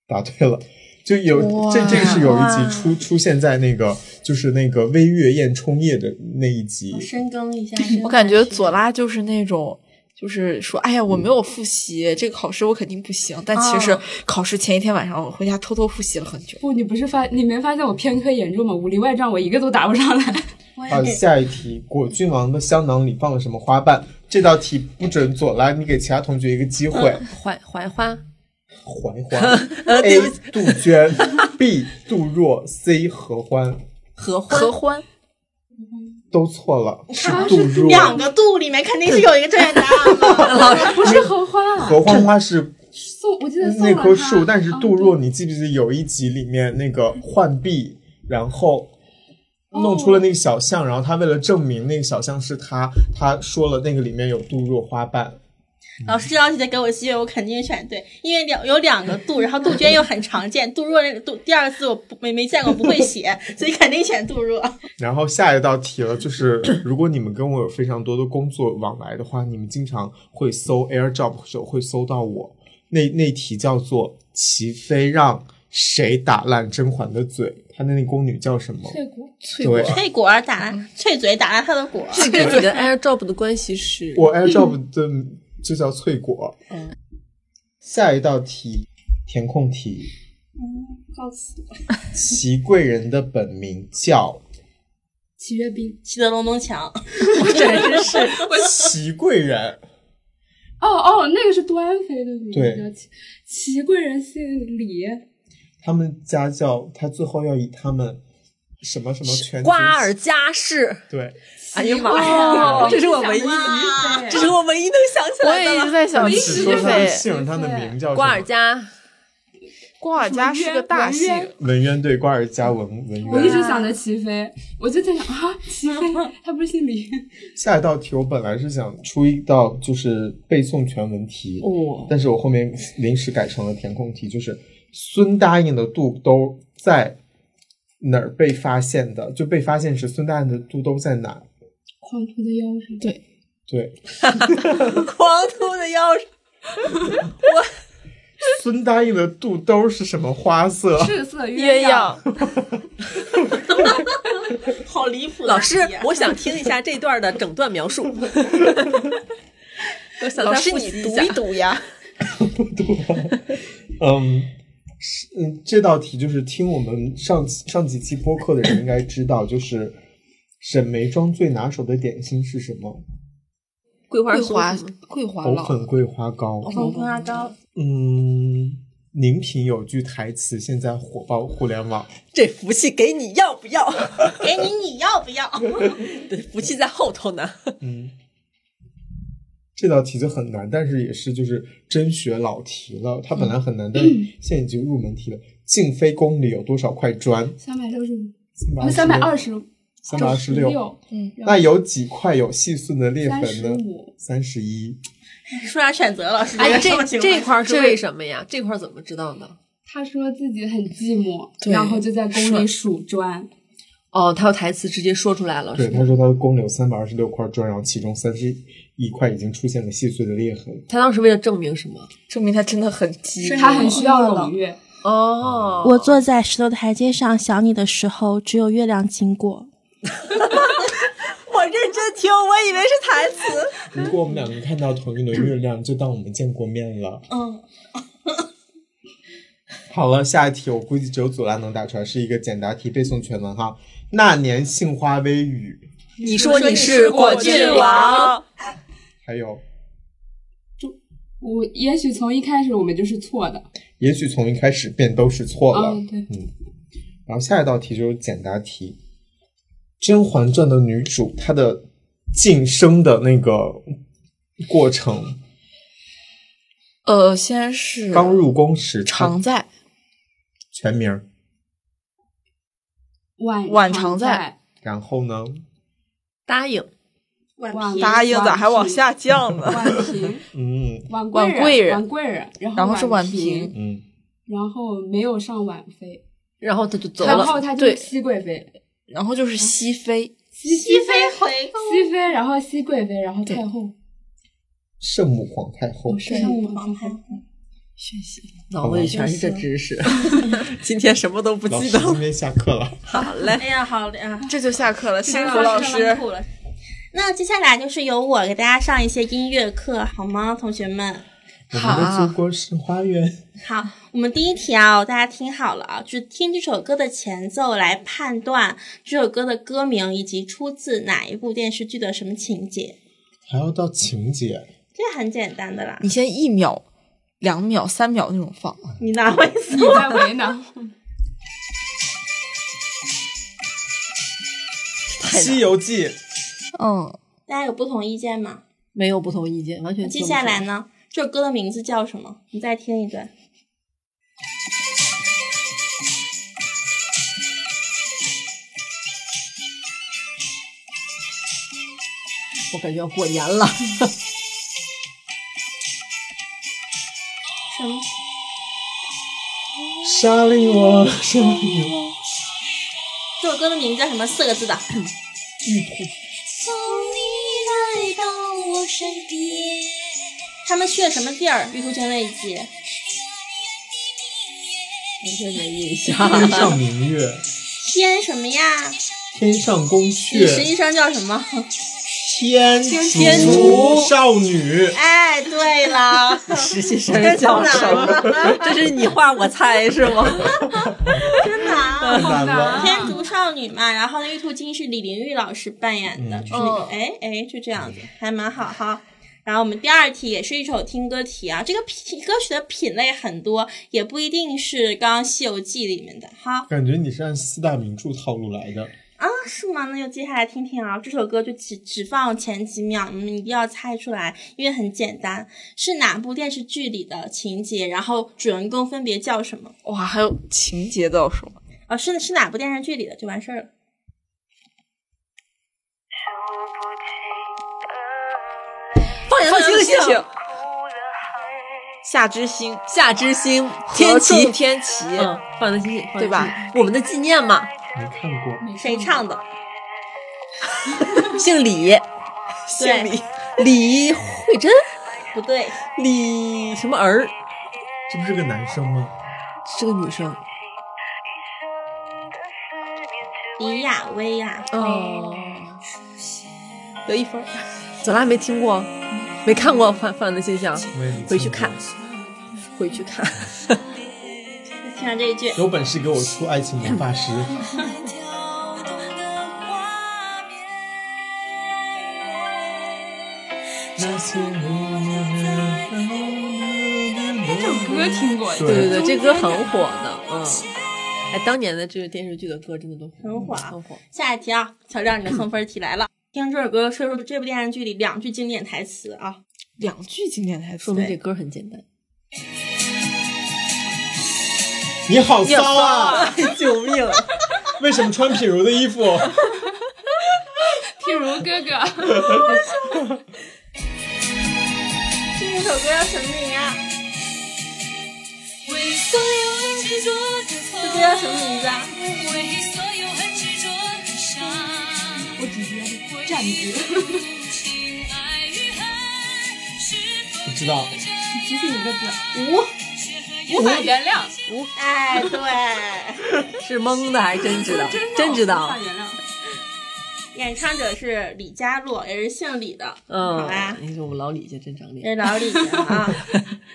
Speaker 1: 答对了，就有
Speaker 4: 哇
Speaker 1: 这这个是有一集
Speaker 3: 哇
Speaker 1: 出出现在那个就是那个微月宴冲夜的那一集，
Speaker 3: 深耕一下。
Speaker 4: 我感觉左拉就是那种，就是说，哎呀，我没有复习，这个考试我肯定不行。但其实
Speaker 3: 哦
Speaker 4: 考试前一天晚上，我回家偷偷复习了很久。
Speaker 6: 不，你不是发你没发现我偏科严重吗？武林外传我一个都答不上 来。
Speaker 3: 我
Speaker 1: 啊，
Speaker 3: 也是
Speaker 1: 下一题，果郡王的香囊里放了什么花瓣？这道题不准左拉，你给其他同学一个机
Speaker 3: 嗯
Speaker 1: 会。
Speaker 5: 槐槐花，
Speaker 1: 环环 A 杜鹃，B 杜若，C 合欢。
Speaker 5: 合
Speaker 4: 合欢，
Speaker 1: 都错了，是
Speaker 6: 啊
Speaker 1: 杜
Speaker 6: 是
Speaker 1: 若。
Speaker 3: 两个度里面肯定是有一个正确答案嘛。
Speaker 5: 老师
Speaker 6: 不是合欢啊，
Speaker 1: 合欢花是
Speaker 6: 送我记得送
Speaker 1: 那
Speaker 6: 了
Speaker 1: 棵
Speaker 6: 他
Speaker 1: 树，但是
Speaker 6: 啊
Speaker 1: 杜若，
Speaker 6: 对
Speaker 1: 你记不记得有一集里面那个浣碧，然后弄
Speaker 6: 哦
Speaker 1: 出了那个小象，然后他为了证明那个小象是他，他说了那个里面有杜若花瓣，
Speaker 3: 老师这道题得给我机会，我肯定选对，因为两有两个杜，然后杜鹃又很常见，杜若那个杜第二个字我不没没见过，不会写，所以肯定选杜 若。
Speaker 1: 然后下一道题了，就是 如果你们跟我有非常多的工作往来的话，你们经常会搜 AirDrop 或者会搜到我。那那题叫做“齐飞让谁打烂甄嬛的嘴”，她的那宫女叫什么？
Speaker 6: 翠谷
Speaker 1: 翠果。
Speaker 3: 脆果儿打
Speaker 5: 嗯
Speaker 3: 烂，脆嘴打烂他的果。
Speaker 5: 这个跟 AirDrop 的关系是
Speaker 1: 我 AirDrop 的就叫翠果。嗯。下一道题，填空题。
Speaker 6: 告辞，
Speaker 1: 祺贵人的本名 叫
Speaker 6: 齐月冰。
Speaker 3: 气得隆咚锵，我真是
Speaker 1: 祺贵人，
Speaker 6: 哦哦，那个是杜安妃的名
Speaker 1: 对
Speaker 6: 字，叫齐齐贵人姓李，
Speaker 1: 他们家叫他最后要以他们什么什么全族
Speaker 5: 瓜尔佳氏。
Speaker 1: 对
Speaker 5: 哎呀妈
Speaker 6: 哦
Speaker 5: 呀，这是我唯一，
Speaker 3: 哇
Speaker 5: 这是我唯一能想起
Speaker 4: 我
Speaker 5: 来
Speaker 4: 也一
Speaker 5: 的
Speaker 4: 直
Speaker 5: 了。
Speaker 4: 在想
Speaker 6: 没
Speaker 1: 只
Speaker 4: 齐
Speaker 1: 说他的
Speaker 4: 妃，
Speaker 1: 姓，他的名叫什么
Speaker 5: 瓜尔佳，
Speaker 4: 瓜尔佳是个大姓，
Speaker 6: 文渊
Speaker 1: 文渊，对瓜尔佳文文
Speaker 6: 我一
Speaker 1: 渊。
Speaker 6: 直想着齐妃，我就在想啊，齐妃，她不是姓李？
Speaker 1: 下一道题我本来是想出一道就是背诵全文题，
Speaker 5: 哦，
Speaker 1: 但是我后面临时改成了填空题，就是孙答应的肚兜在哪儿被发现的？就被发现时，孙答应的肚兜在哪儿？
Speaker 6: 狂徒的腰是吧？
Speaker 1: 对，
Speaker 5: 狂徒的钥 匙，
Speaker 1: 孙答应的肚兜是什么花色？
Speaker 6: 赤色
Speaker 4: 鸳鸯。
Speaker 3: 好离谱的
Speaker 5: 老 师
Speaker 3: 题啊，
Speaker 5: 我想听一下这段的整段描述。 我想再复习一下。
Speaker 4: 读呀。
Speaker 1: 嗯，是嗯，这道题就是听我们上上几期播客的人应该知道，就是沈眉庄最拿手的点心是什么？
Speaker 5: 桂花
Speaker 4: 桂
Speaker 5: 酥
Speaker 4: 花
Speaker 5: 是吗，
Speaker 4: 桂花
Speaker 1: 藕
Speaker 4: 老
Speaker 1: 粉桂花糕。
Speaker 6: 哦
Speaker 3: 红葡萄糕，
Speaker 1: 嗯，宁嫔有句台词现在火爆互联网，
Speaker 5: 这福气给你要不要？
Speaker 3: 给你你要不要？
Speaker 5: 对，福气在后头呢。
Speaker 1: 嗯，这道题就很难，但是也是就是真学老题了。它本来很难，但
Speaker 6: 嗯
Speaker 1: 现在已经入门题了。静妃宫里有多少块砖？
Speaker 6: 三百六十五，
Speaker 1: 326
Speaker 6: 三百二十，
Speaker 1: 三百二十六。
Speaker 6: 六，嗯，
Speaker 1: 那有几块有细碎的裂
Speaker 6: 三
Speaker 1: 痕
Speaker 6: 十
Speaker 1: 呢？
Speaker 6: 五，
Speaker 1: 三十一，
Speaker 3: 说啥选择？老师，
Speaker 5: 哎，
Speaker 3: 什么
Speaker 5: 这
Speaker 3: 情
Speaker 5: 这
Speaker 3: 况
Speaker 5: 块儿是
Speaker 6: 这
Speaker 5: 为什么呀？这块儿怎么知道的？
Speaker 6: 他说自己很寂寞，
Speaker 4: 对
Speaker 6: 然后就在宫里数砖，
Speaker 5: 哦，他有台词直接说出来了，
Speaker 1: 对，
Speaker 5: 是
Speaker 1: 他
Speaker 5: 吗？
Speaker 1: 说他的宫里有三百二十六块砖，然后其中三十一块已经出现了细碎的裂痕。
Speaker 5: 他当时为了证明什么？
Speaker 4: 证明他真的很鸡
Speaker 6: 他很需要冷月。
Speaker 5: 哦，
Speaker 7: 我坐在石头台阶上想你的时候，只有月亮经过。
Speaker 5: 我认真听，我以为是台词。
Speaker 1: 如果我们两个看到同一轮月亮，就当我们见过面了。
Speaker 3: 嗯，
Speaker 1: 好了，下一题我估计只有左拉能答出来，是一个简答题，背诵全文哈。那年杏花微雨，
Speaker 5: 你说你是果郡王，
Speaker 1: 还有，
Speaker 6: 我也许从一开始我们就是错的，
Speaker 1: 也许从一开始便都是错了。
Speaker 6: 嗯，对，
Speaker 1: 然后下一道题就是简答题，《甄嬛传》的女主她的晋升的那个过程，
Speaker 4: 呃，先是
Speaker 1: 刚入宫时她
Speaker 4: 常在，
Speaker 1: 全名儿，
Speaker 6: 晚
Speaker 4: 晚
Speaker 6: 常
Speaker 4: 常在
Speaker 1: 然后呢，
Speaker 5: 答应
Speaker 3: 晚
Speaker 6: 晚
Speaker 3: 皮
Speaker 4: 答应咋还往下降呢？
Speaker 6: 晚平。
Speaker 1: 嗯
Speaker 6: 晚
Speaker 4: 晚
Speaker 6: 贵
Speaker 4: 贵
Speaker 6: 人，
Speaker 4: 人
Speaker 6: 晚贵人，然后
Speaker 4: 然后是
Speaker 6: 婉
Speaker 4: 婉嫔，
Speaker 1: 嗯，
Speaker 6: 然后没有上婉妃，
Speaker 5: 然后他就走
Speaker 6: 然后
Speaker 5: 了。
Speaker 6: 她就是
Speaker 4: 对
Speaker 6: 熹贵妃，
Speaker 4: 然后就是熹妃，
Speaker 6: 熹
Speaker 3: 熹妃回宫，
Speaker 6: 熹妃，然后熹贵妃，然后太后，
Speaker 1: 圣母皇太后。
Speaker 6: 是
Speaker 3: 母皇太后。
Speaker 5: 脑子里全是这知识， 今天什么都不
Speaker 1: 老
Speaker 5: 记
Speaker 1: 师
Speaker 5: 得。
Speaker 1: 今天下课了，
Speaker 5: 好嘞，
Speaker 3: 哎呀，好累啊！
Speaker 4: 这就下课了，辛苦
Speaker 3: 太
Speaker 4: 老
Speaker 3: 太辛
Speaker 4: 师。
Speaker 3: 苦了。那接下来就是由我给大家上一些音乐课，好吗，同学们？
Speaker 1: 我们的祖国是花园。
Speaker 3: 好，我们第一题啊，大家听好了啊，就听这首歌的前奏来判断这首歌的歌名以及出自哪一部电视剧的什么情节，
Speaker 1: 还要到情节，
Speaker 3: 这很简单的啦。
Speaker 4: 你先一秒、两秒、三秒那种放，啊
Speaker 3: 你 哪会
Speaker 6: 你在为难我。
Speaker 1: 《西游记》
Speaker 2: 嗯，
Speaker 3: 大家有不同意见吗？
Speaker 5: 没有不同意见，完全
Speaker 3: 接
Speaker 5: 听不
Speaker 3: 下
Speaker 5: 出
Speaker 3: 来呢，这首歌的名字叫什么？你再听一段。
Speaker 5: 我感觉要过年 了。
Speaker 3: 什么？
Speaker 1: 杀令我，杀令我，
Speaker 3: 这首歌的名字叫什么？四个字的。
Speaker 8: 从你来到我身边，
Speaker 3: 他们去了什么地儿？玉兔城那一集。
Speaker 5: 完全没印象。
Speaker 1: 天上明月，
Speaker 3: 天什么呀？
Speaker 1: 天上宫
Speaker 3: 你实
Speaker 1: 阙，
Speaker 3: 习生叫什么？
Speaker 1: 天
Speaker 5: 天
Speaker 1: 竺少女。
Speaker 3: 哎，对 了，
Speaker 5: 实习生叫什么？这是你画我猜是吗？
Speaker 3: 真的啊。
Speaker 1: 难了，
Speaker 3: 天竺少女嘛，然后呢，玉兔金是李玲玉老师扮演的，就是那个哎哎，就这样子，还蛮好哈。然后我们第二题也是一首听歌题啊，这个品歌曲的品类很多，也不一定是刚刚《西游记》里面的哈
Speaker 1: 感觉你是按四大名著套路来的。
Speaker 3: 啊，是吗？那就接下来听听啊，这首歌就只只放前几秒，你们一定要猜出来，因为很简单，是哪部电视剧里的情节，然后主人公分别叫什么？
Speaker 4: 哇，还有情节都要说吗？
Speaker 3: 哦，是是哪部电视剧里的就完事儿了。
Speaker 5: 放羊的星星，
Speaker 4: 夏之星、
Speaker 5: 夏之星，
Speaker 4: 合
Speaker 5: 天
Speaker 4: 众
Speaker 5: 齐，
Speaker 4: 天齐，
Speaker 5: 嗯，放羊的星星，放羊的
Speaker 4: 对吧
Speaker 5: 星星？我们的纪念嘛，
Speaker 1: 没看过，
Speaker 3: 谁唱的？
Speaker 5: 姓李，
Speaker 3: 对，
Speaker 5: 李慧珍，
Speaker 3: 不对？
Speaker 5: 李什么儿？
Speaker 1: 这不是个男生吗？
Speaker 5: 是个女生。
Speaker 3: 李雅薇呀、
Speaker 5: 哦，得一分 儿，咱俩没听过，没看过《放放羊的星星》，
Speaker 1: 我也没
Speaker 5: 回去
Speaker 1: 听过
Speaker 5: 看，回去看。
Speaker 3: 听到这一句，
Speaker 1: 有本事给我出《爱情魔法 师》。
Speaker 8: 跳动的画面。
Speaker 1: 那些
Speaker 6: 这首歌听过，
Speaker 1: 对
Speaker 5: 对对对，这歌很火的，嗯。哎，当年的这个电视剧的歌真的都
Speaker 3: 很火啊
Speaker 5: 很火。
Speaker 3: 下一题啊，小亮，你的送分题来了。听这首歌，说说这部电视剧里两句经典台词啊。
Speaker 4: 两句经典台词
Speaker 5: 说。明这歌很简单。
Speaker 1: 你好骚啊！
Speaker 5: 救命！
Speaker 1: 为什么穿品如的衣服？
Speaker 6: 譬如哥哥，
Speaker 3: 这首歌叫什么名啊？
Speaker 8: 为所有很执着的错，
Speaker 3: 这歌叫什么名字啊？
Speaker 8: 为所有很执着的伤，
Speaker 6: 我只觉得战歌。
Speaker 8: 情爱与恨是
Speaker 1: 不知道，
Speaker 6: 提醒一个字，
Speaker 3: 无。
Speaker 6: 无法原谅，
Speaker 3: 哎， 对，
Speaker 5: 是蒙的还是真知道？
Speaker 6: 真
Speaker 5: 真知
Speaker 6: 无
Speaker 5: 道
Speaker 6: 法。原谅。
Speaker 3: 演唱者是李佳洛，也是姓李的。好
Speaker 5: 嗯
Speaker 3: 吧，，
Speaker 5: 你说我们老李家真长脸。
Speaker 3: 这是老李的啊。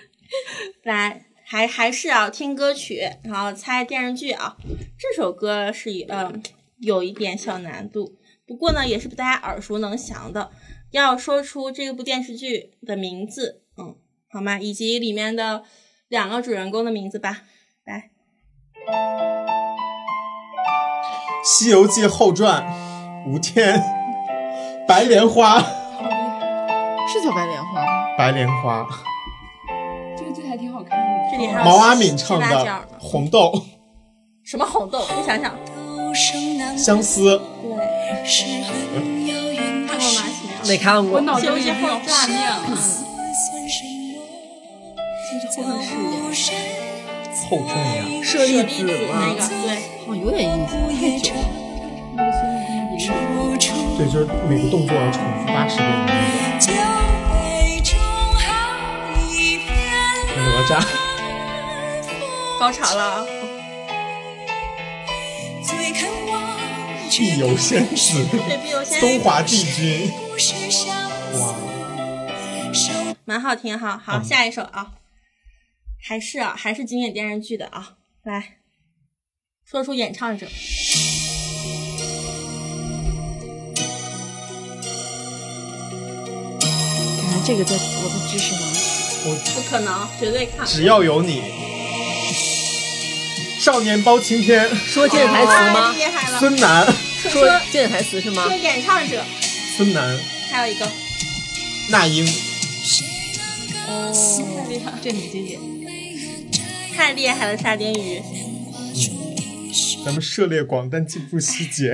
Speaker 3: 来，还还是要、听歌曲，然后猜电视剧啊。这首歌是呃有一点小难度，不过呢也是大家耳熟能详的。要说出这部电视剧的名字，嗯，好吗？以及里面的两个主人公的名字吧。来，
Speaker 1: 《西游记后传》，吴天，白莲花，
Speaker 4: 是叫白莲花吗？
Speaker 1: 白莲花，
Speaker 6: 这个剧还挺好看的。
Speaker 3: 这里还有
Speaker 1: 毛阿敏唱
Speaker 3: 十八角
Speaker 1: 的《
Speaker 3: 呢
Speaker 1: 红豆
Speaker 3: 什么红豆？你想想，
Speaker 8: 浮生难
Speaker 1: 相思》，
Speaker 3: 对，
Speaker 8: 是很遥
Speaker 3: 看
Speaker 8: 远的
Speaker 3: 过
Speaker 8: 事
Speaker 3: 吗？。秦阳
Speaker 5: 没看过
Speaker 6: 我，脑中已经
Speaker 3: 经
Speaker 6: 没
Speaker 3: 没
Speaker 6: 有
Speaker 3: 有
Speaker 6: 画
Speaker 3: 画
Speaker 6: 面
Speaker 3: 面
Speaker 6: 了。
Speaker 8: 算什么？
Speaker 5: 这后
Speaker 8: 无声
Speaker 1: 后传呀，
Speaker 5: 舍利
Speaker 3: 子
Speaker 5: 子
Speaker 3: 那
Speaker 5: 嘛，
Speaker 3: 个，对，
Speaker 5: 哦，有点印象。
Speaker 8: 不夜城，处处
Speaker 1: 对，就是每个动作要重复八十遍的那
Speaker 8: 酒杯中好一片
Speaker 1: 个哪吒。
Speaker 3: 高潮了啊。
Speaker 8: 最肯忘
Speaker 1: 碧游仙子，
Speaker 3: 对，碧游仙
Speaker 1: 东
Speaker 3: 子
Speaker 1: 华帝君，
Speaker 8: 不是相
Speaker 1: 哇，
Speaker 8: 守。
Speaker 3: 蛮好听哈。好，
Speaker 1: 嗯
Speaker 3: 下一首啊，还是啊，还是经典电视剧的啊，来说出演唱者。
Speaker 4: 啊，这个在我的知识盲区。
Speaker 1: 我
Speaker 3: 不可能，绝对看。
Speaker 1: 只要有你，少年包青天，
Speaker 5: 说经典台词
Speaker 3: 太
Speaker 5: 吗？
Speaker 3: 厉害了！
Speaker 1: 孙楠，
Speaker 5: 说经典台词是吗
Speaker 3: 说？演唱者，
Speaker 1: 孙楠、
Speaker 3: 还有一个，
Speaker 1: 那英，
Speaker 3: 太厉害了，
Speaker 5: 这很经典。
Speaker 3: 太厉害了，沙丁鱼。
Speaker 1: 咱们涉猎广，但进入细节。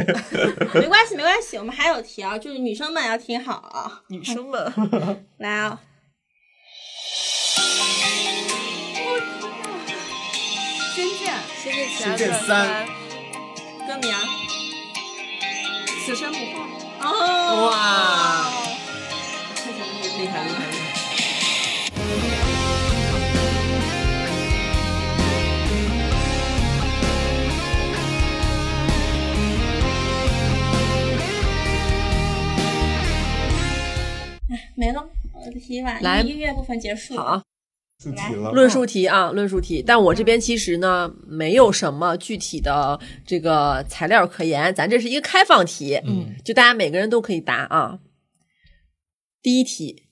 Speaker 3: 没关系，没关系，我们还有题啊，就是女生们要听好啊。
Speaker 4: 女生们，
Speaker 3: 来啊、
Speaker 6: 仙剑
Speaker 4: 仙剑奇侠
Speaker 1: 仙剑
Speaker 4: 传
Speaker 1: 三
Speaker 4: 三，
Speaker 3: 歌名。
Speaker 6: 此生不换，
Speaker 3: 哦，
Speaker 5: 哇，厉害厉害厉害！
Speaker 3: 哎没了，我的题完，
Speaker 5: 来
Speaker 3: 音乐部分结束。
Speaker 5: 好啊，
Speaker 1: 出题了，
Speaker 5: 论述题啊，论述题。但我这边其实呢，没有什么具体的这个材料可言，咱这是一个开放题，
Speaker 1: 嗯，
Speaker 5: 就大家每个人都可以答啊。第一题，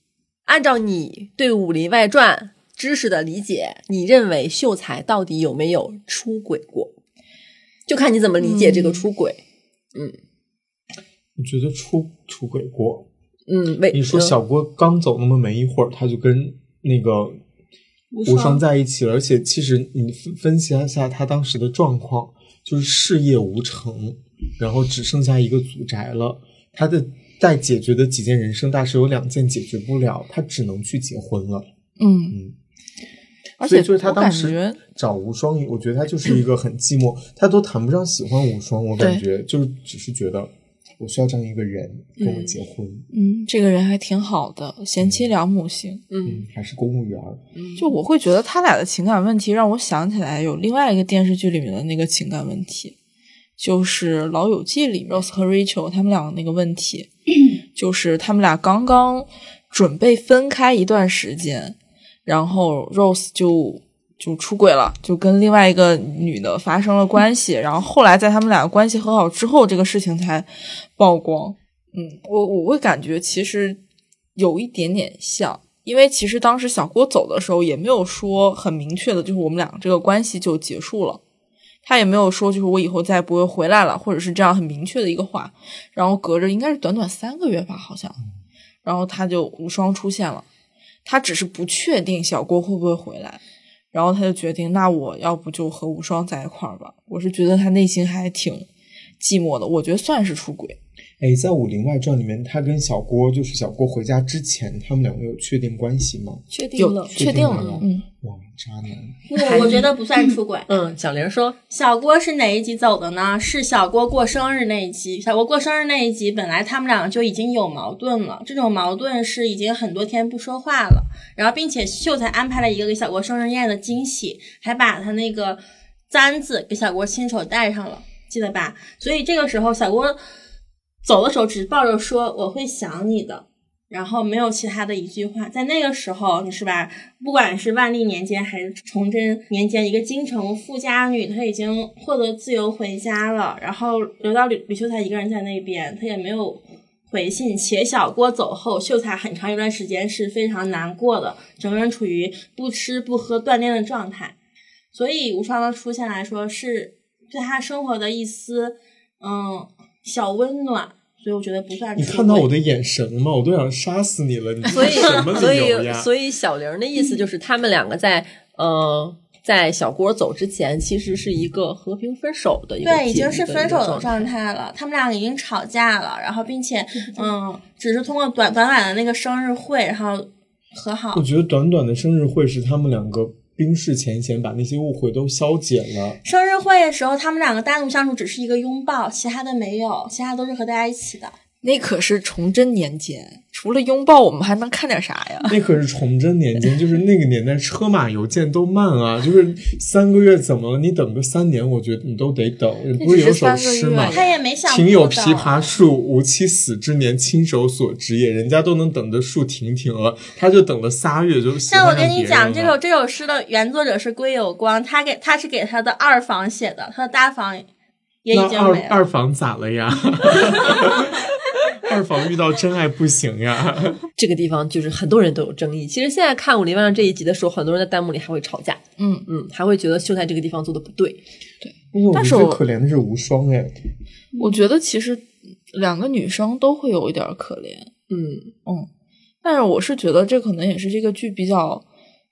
Speaker 5: 按照你对《武林外传》知识的理解，你认为秀才到底有没有出轨过？就看你怎么理解这个出轨。
Speaker 1: 我觉得出出轨过。
Speaker 5: 嗯，为
Speaker 1: 你说小郭刚走那么没一会儿，他就跟那个无双在一起了，而且其实你分分析一下他当时的状况，就是事业无成，然后只剩下一个祖宅了。他的待解决的几件人生大事有两件解决不了，他只能去结婚了。
Speaker 4: 嗯，
Speaker 1: 嗯，
Speaker 4: 而
Speaker 1: 所以
Speaker 4: 且
Speaker 1: 就是他
Speaker 4: 我
Speaker 1: 当
Speaker 4: 感
Speaker 1: 时
Speaker 4: 觉
Speaker 1: 找无双，我觉得他就是一个很寂寞，他都谈不上喜欢无双，我感
Speaker 4: 对
Speaker 1: 觉就是只是觉得我需要这样一个人跟我结婚，
Speaker 4: 嗯，这个人还挺好的，贤妻良母型。
Speaker 5: 嗯
Speaker 1: 嗯，还是公务员儿，
Speaker 4: 就我会觉得他俩的情感问题让我想起来有另外一个电视剧里面的那个情感问题，就是《老友记》里 Rose 和 Rachel 他们俩那个问题，就是他们俩刚刚准备分开一段时间，然后 Rose 就就出轨了，就跟另外一个女的发生了关系，然后后来在他们俩关系和好之后，这个事情才曝光。嗯，我我会感觉其实有一点点像，因为其实当时小郭走的时候也没有说很明确的，就是我们俩这个关系就结束了，他也没有说就是我以后再也不会回来了，或者是这样很明确的一个话。然后隔着应该是短短三个月吧，好像，然后他就无双出现了，他只是不确定小郭会不会回来。然后他就决定，那我要不就和无双在一块儿吧。我是觉得他内心还挺寂寞的，我觉得算是出轨。
Speaker 1: 哎，在《武林外传》里面，他跟小郭就是小郭回家之前，他们两个有确定关系吗？
Speaker 5: 确定
Speaker 4: 有
Speaker 5: 了。
Speaker 1: 确定了吗
Speaker 4: 嗯，
Speaker 1: 哇，渣男！
Speaker 6: 嗯
Speaker 3: 我我觉得不算出轨。
Speaker 5: 嗯，小玲说，
Speaker 3: 小郭是哪一集走的呢？是小郭过生日那一集。小郭过生日那一集，本来他们两个就已经有矛盾了，这种矛盾是已经很多天不说话了。然后，并且秀才安排了一个给小郭生日宴的惊喜，还把他那个簪子给小郭亲手戴上了，记得吧？所以这个时候，小郭走的时候只抱着说“我会想你的”，然后没有其他的一句话。在那个时候，你是吧？不管是万历年间还是崇祯年间，一个京城富家女，她已经获得自由回家了，然后留到吕吕秀才一个人在那边，她也没有回信。且小郭走后，秀才很长一段时间是非常难过的，整个人处于不吃不喝锻炼的状态。所以无双的出现来说，是对他生活的一丝嗯小温暖，所以我觉得不算
Speaker 1: 你
Speaker 3: 出
Speaker 1: 看到
Speaker 3: 轨
Speaker 1: 我的眼神吗？我都想杀死你了！你
Speaker 5: 所以
Speaker 1: 什么
Speaker 5: 所
Speaker 1: 理由
Speaker 5: 以
Speaker 1: 呀？
Speaker 5: 所以小玲的意思就是，他们两个在呃，在小郭走之前，其实是一个和平分手的一个
Speaker 3: 对，已
Speaker 5: 结
Speaker 3: 经
Speaker 5: 一
Speaker 3: 是
Speaker 5: 个
Speaker 3: 分
Speaker 5: 一个
Speaker 3: 手的
Speaker 5: 状态
Speaker 3: 状态了，他们俩已经吵架了，然后并且嗯，只是通过短短短的那个生日会，然后和好
Speaker 1: 我。觉得短短的生日会是他们两个冰释前嫌，把那些误会都消解了。
Speaker 3: 生日会的时候，他们两个单独相处只是一个拥抱，其他的没有，其他都是和大家一起的。
Speaker 4: 那可是崇祯年间，除了拥抱，我们还能看点啥呀？
Speaker 1: 那可是崇祯年间，就是那个年代车马邮件都慢啊，就是三个月怎么了？你等个三年，我觉得你都得等。不是有首诗吗？
Speaker 3: 他也没想
Speaker 1: 情有
Speaker 3: 过
Speaker 1: 枇
Speaker 3: 的，
Speaker 1: 杷树，吾妻死之年，亲手所植也。人家都能等着树停停了，他就等了仨月就喜
Speaker 3: 但
Speaker 1: 欢
Speaker 3: 我
Speaker 1: 上
Speaker 3: 跟你
Speaker 1: 别人
Speaker 3: 讲，这
Speaker 1: 了
Speaker 3: 首这首诗的原作者是归有光，他给他是给他的二房写的，他的大房也已
Speaker 1: 那
Speaker 3: 经
Speaker 1: 二
Speaker 3: 没了。
Speaker 1: 二房咋了呀？ 二房遇到真爱不行呀？
Speaker 5: 这个地方就是很多人都有争议。其实现在看《武林外传》这一集的时候，很多人在弹幕里还会吵架，
Speaker 4: 嗯，
Speaker 5: 嗯，还会觉得秀才这个地方做的不对。
Speaker 1: 但
Speaker 4: 但是
Speaker 1: 最
Speaker 4: 我
Speaker 1: 可怜的是无双哎，
Speaker 4: 我觉得其实
Speaker 2: 两个女生都会有一点儿可怜。
Speaker 5: 嗯，
Speaker 2: 嗯，但是我是觉得这可能也是这个剧比较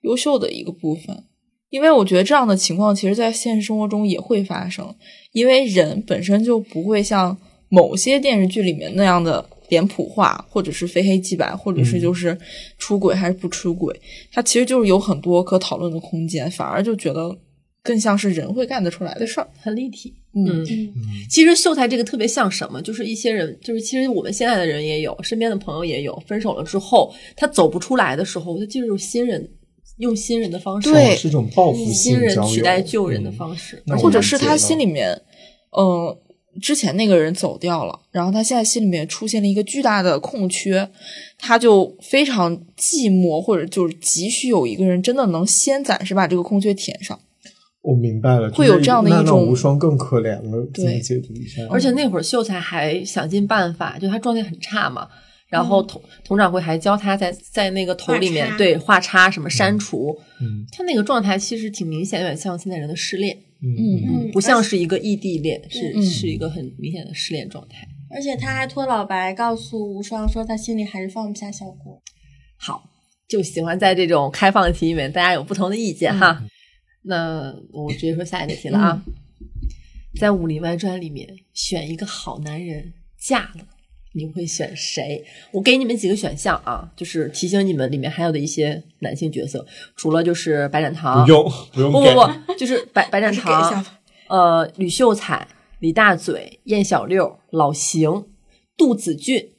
Speaker 2: 优秀的一个部分，因为我觉得这样的情况其实，在现实生活中也会发生，因为人本身就不会像某些电视剧里面那样的脸谱化，或者是非黑即白，或者是
Speaker 1: 嗯
Speaker 2: 就是出轨还是不出轨，它其实就是有很多可讨论的空间，反而就觉得更像是人会干得出来的事儿。
Speaker 5: 很立体。
Speaker 2: 嗯
Speaker 5: 其实秀才这个特别像什么？就是一些人，就是其实我们现在的人也有，身边的朋友也有，分手了之后他走不出来的时候，他就是新人用新人的方式，
Speaker 2: 对
Speaker 1: 哦是一种报复
Speaker 5: 以
Speaker 1: 性
Speaker 5: 新人
Speaker 1: 交
Speaker 5: 取
Speaker 1: 友
Speaker 5: 代旧人的
Speaker 1: 嗯
Speaker 5: 方式。
Speaker 1: 那我
Speaker 2: 或者
Speaker 1: 理
Speaker 2: 是
Speaker 1: 解
Speaker 2: 他
Speaker 1: 了
Speaker 2: 心里面，呃，之前那个人走掉了，然后他现在心里面出现了一个巨大的空缺，他就非常寂寞，或者就是急需有一个人真的能先暂时把这个空缺填上。
Speaker 1: 我明白了，
Speaker 2: 会
Speaker 1: 就
Speaker 2: 有
Speaker 1: 是
Speaker 2: 这样的一
Speaker 1: 那那
Speaker 2: 种
Speaker 1: 无双更可怜了，怎么
Speaker 2: 对
Speaker 1: 解读一下？
Speaker 5: 而且
Speaker 3: 嗯
Speaker 5: 那会儿秀才还想尽办法，就他状态很差嘛。然后佟佟掌柜还教他在在那个头里面
Speaker 3: 嗯画叉
Speaker 5: 对画叉什么删除，
Speaker 1: 嗯
Speaker 5: 他那个状态其实挺明显，有点像现在人的失恋，
Speaker 1: 嗯
Speaker 3: 嗯
Speaker 5: 不像是一个异地恋，是
Speaker 2: 嗯
Speaker 5: 是一个很明显的失恋状态。
Speaker 3: 而且他还托老白告诉无双说，他心里还是放不下小郭。
Speaker 5: 好，就喜欢在这种开放题里面，大家有不同的意见哈。那我直接说下一个题了啊，在《武林外传》里面选一个好男人嫁了，你会选谁？我给你们几个选项啊，就是提醒你们里面还有的一些男性角色，除了就是白展堂，
Speaker 1: 嗯不用不用
Speaker 5: 不
Speaker 1: 给
Speaker 5: 不不，就是白白展
Speaker 4: 给一下
Speaker 5: 堂，
Speaker 4: 吧。
Speaker 5: 呃，吕秀才、李大嘴、燕小六、老邢、杜子俊。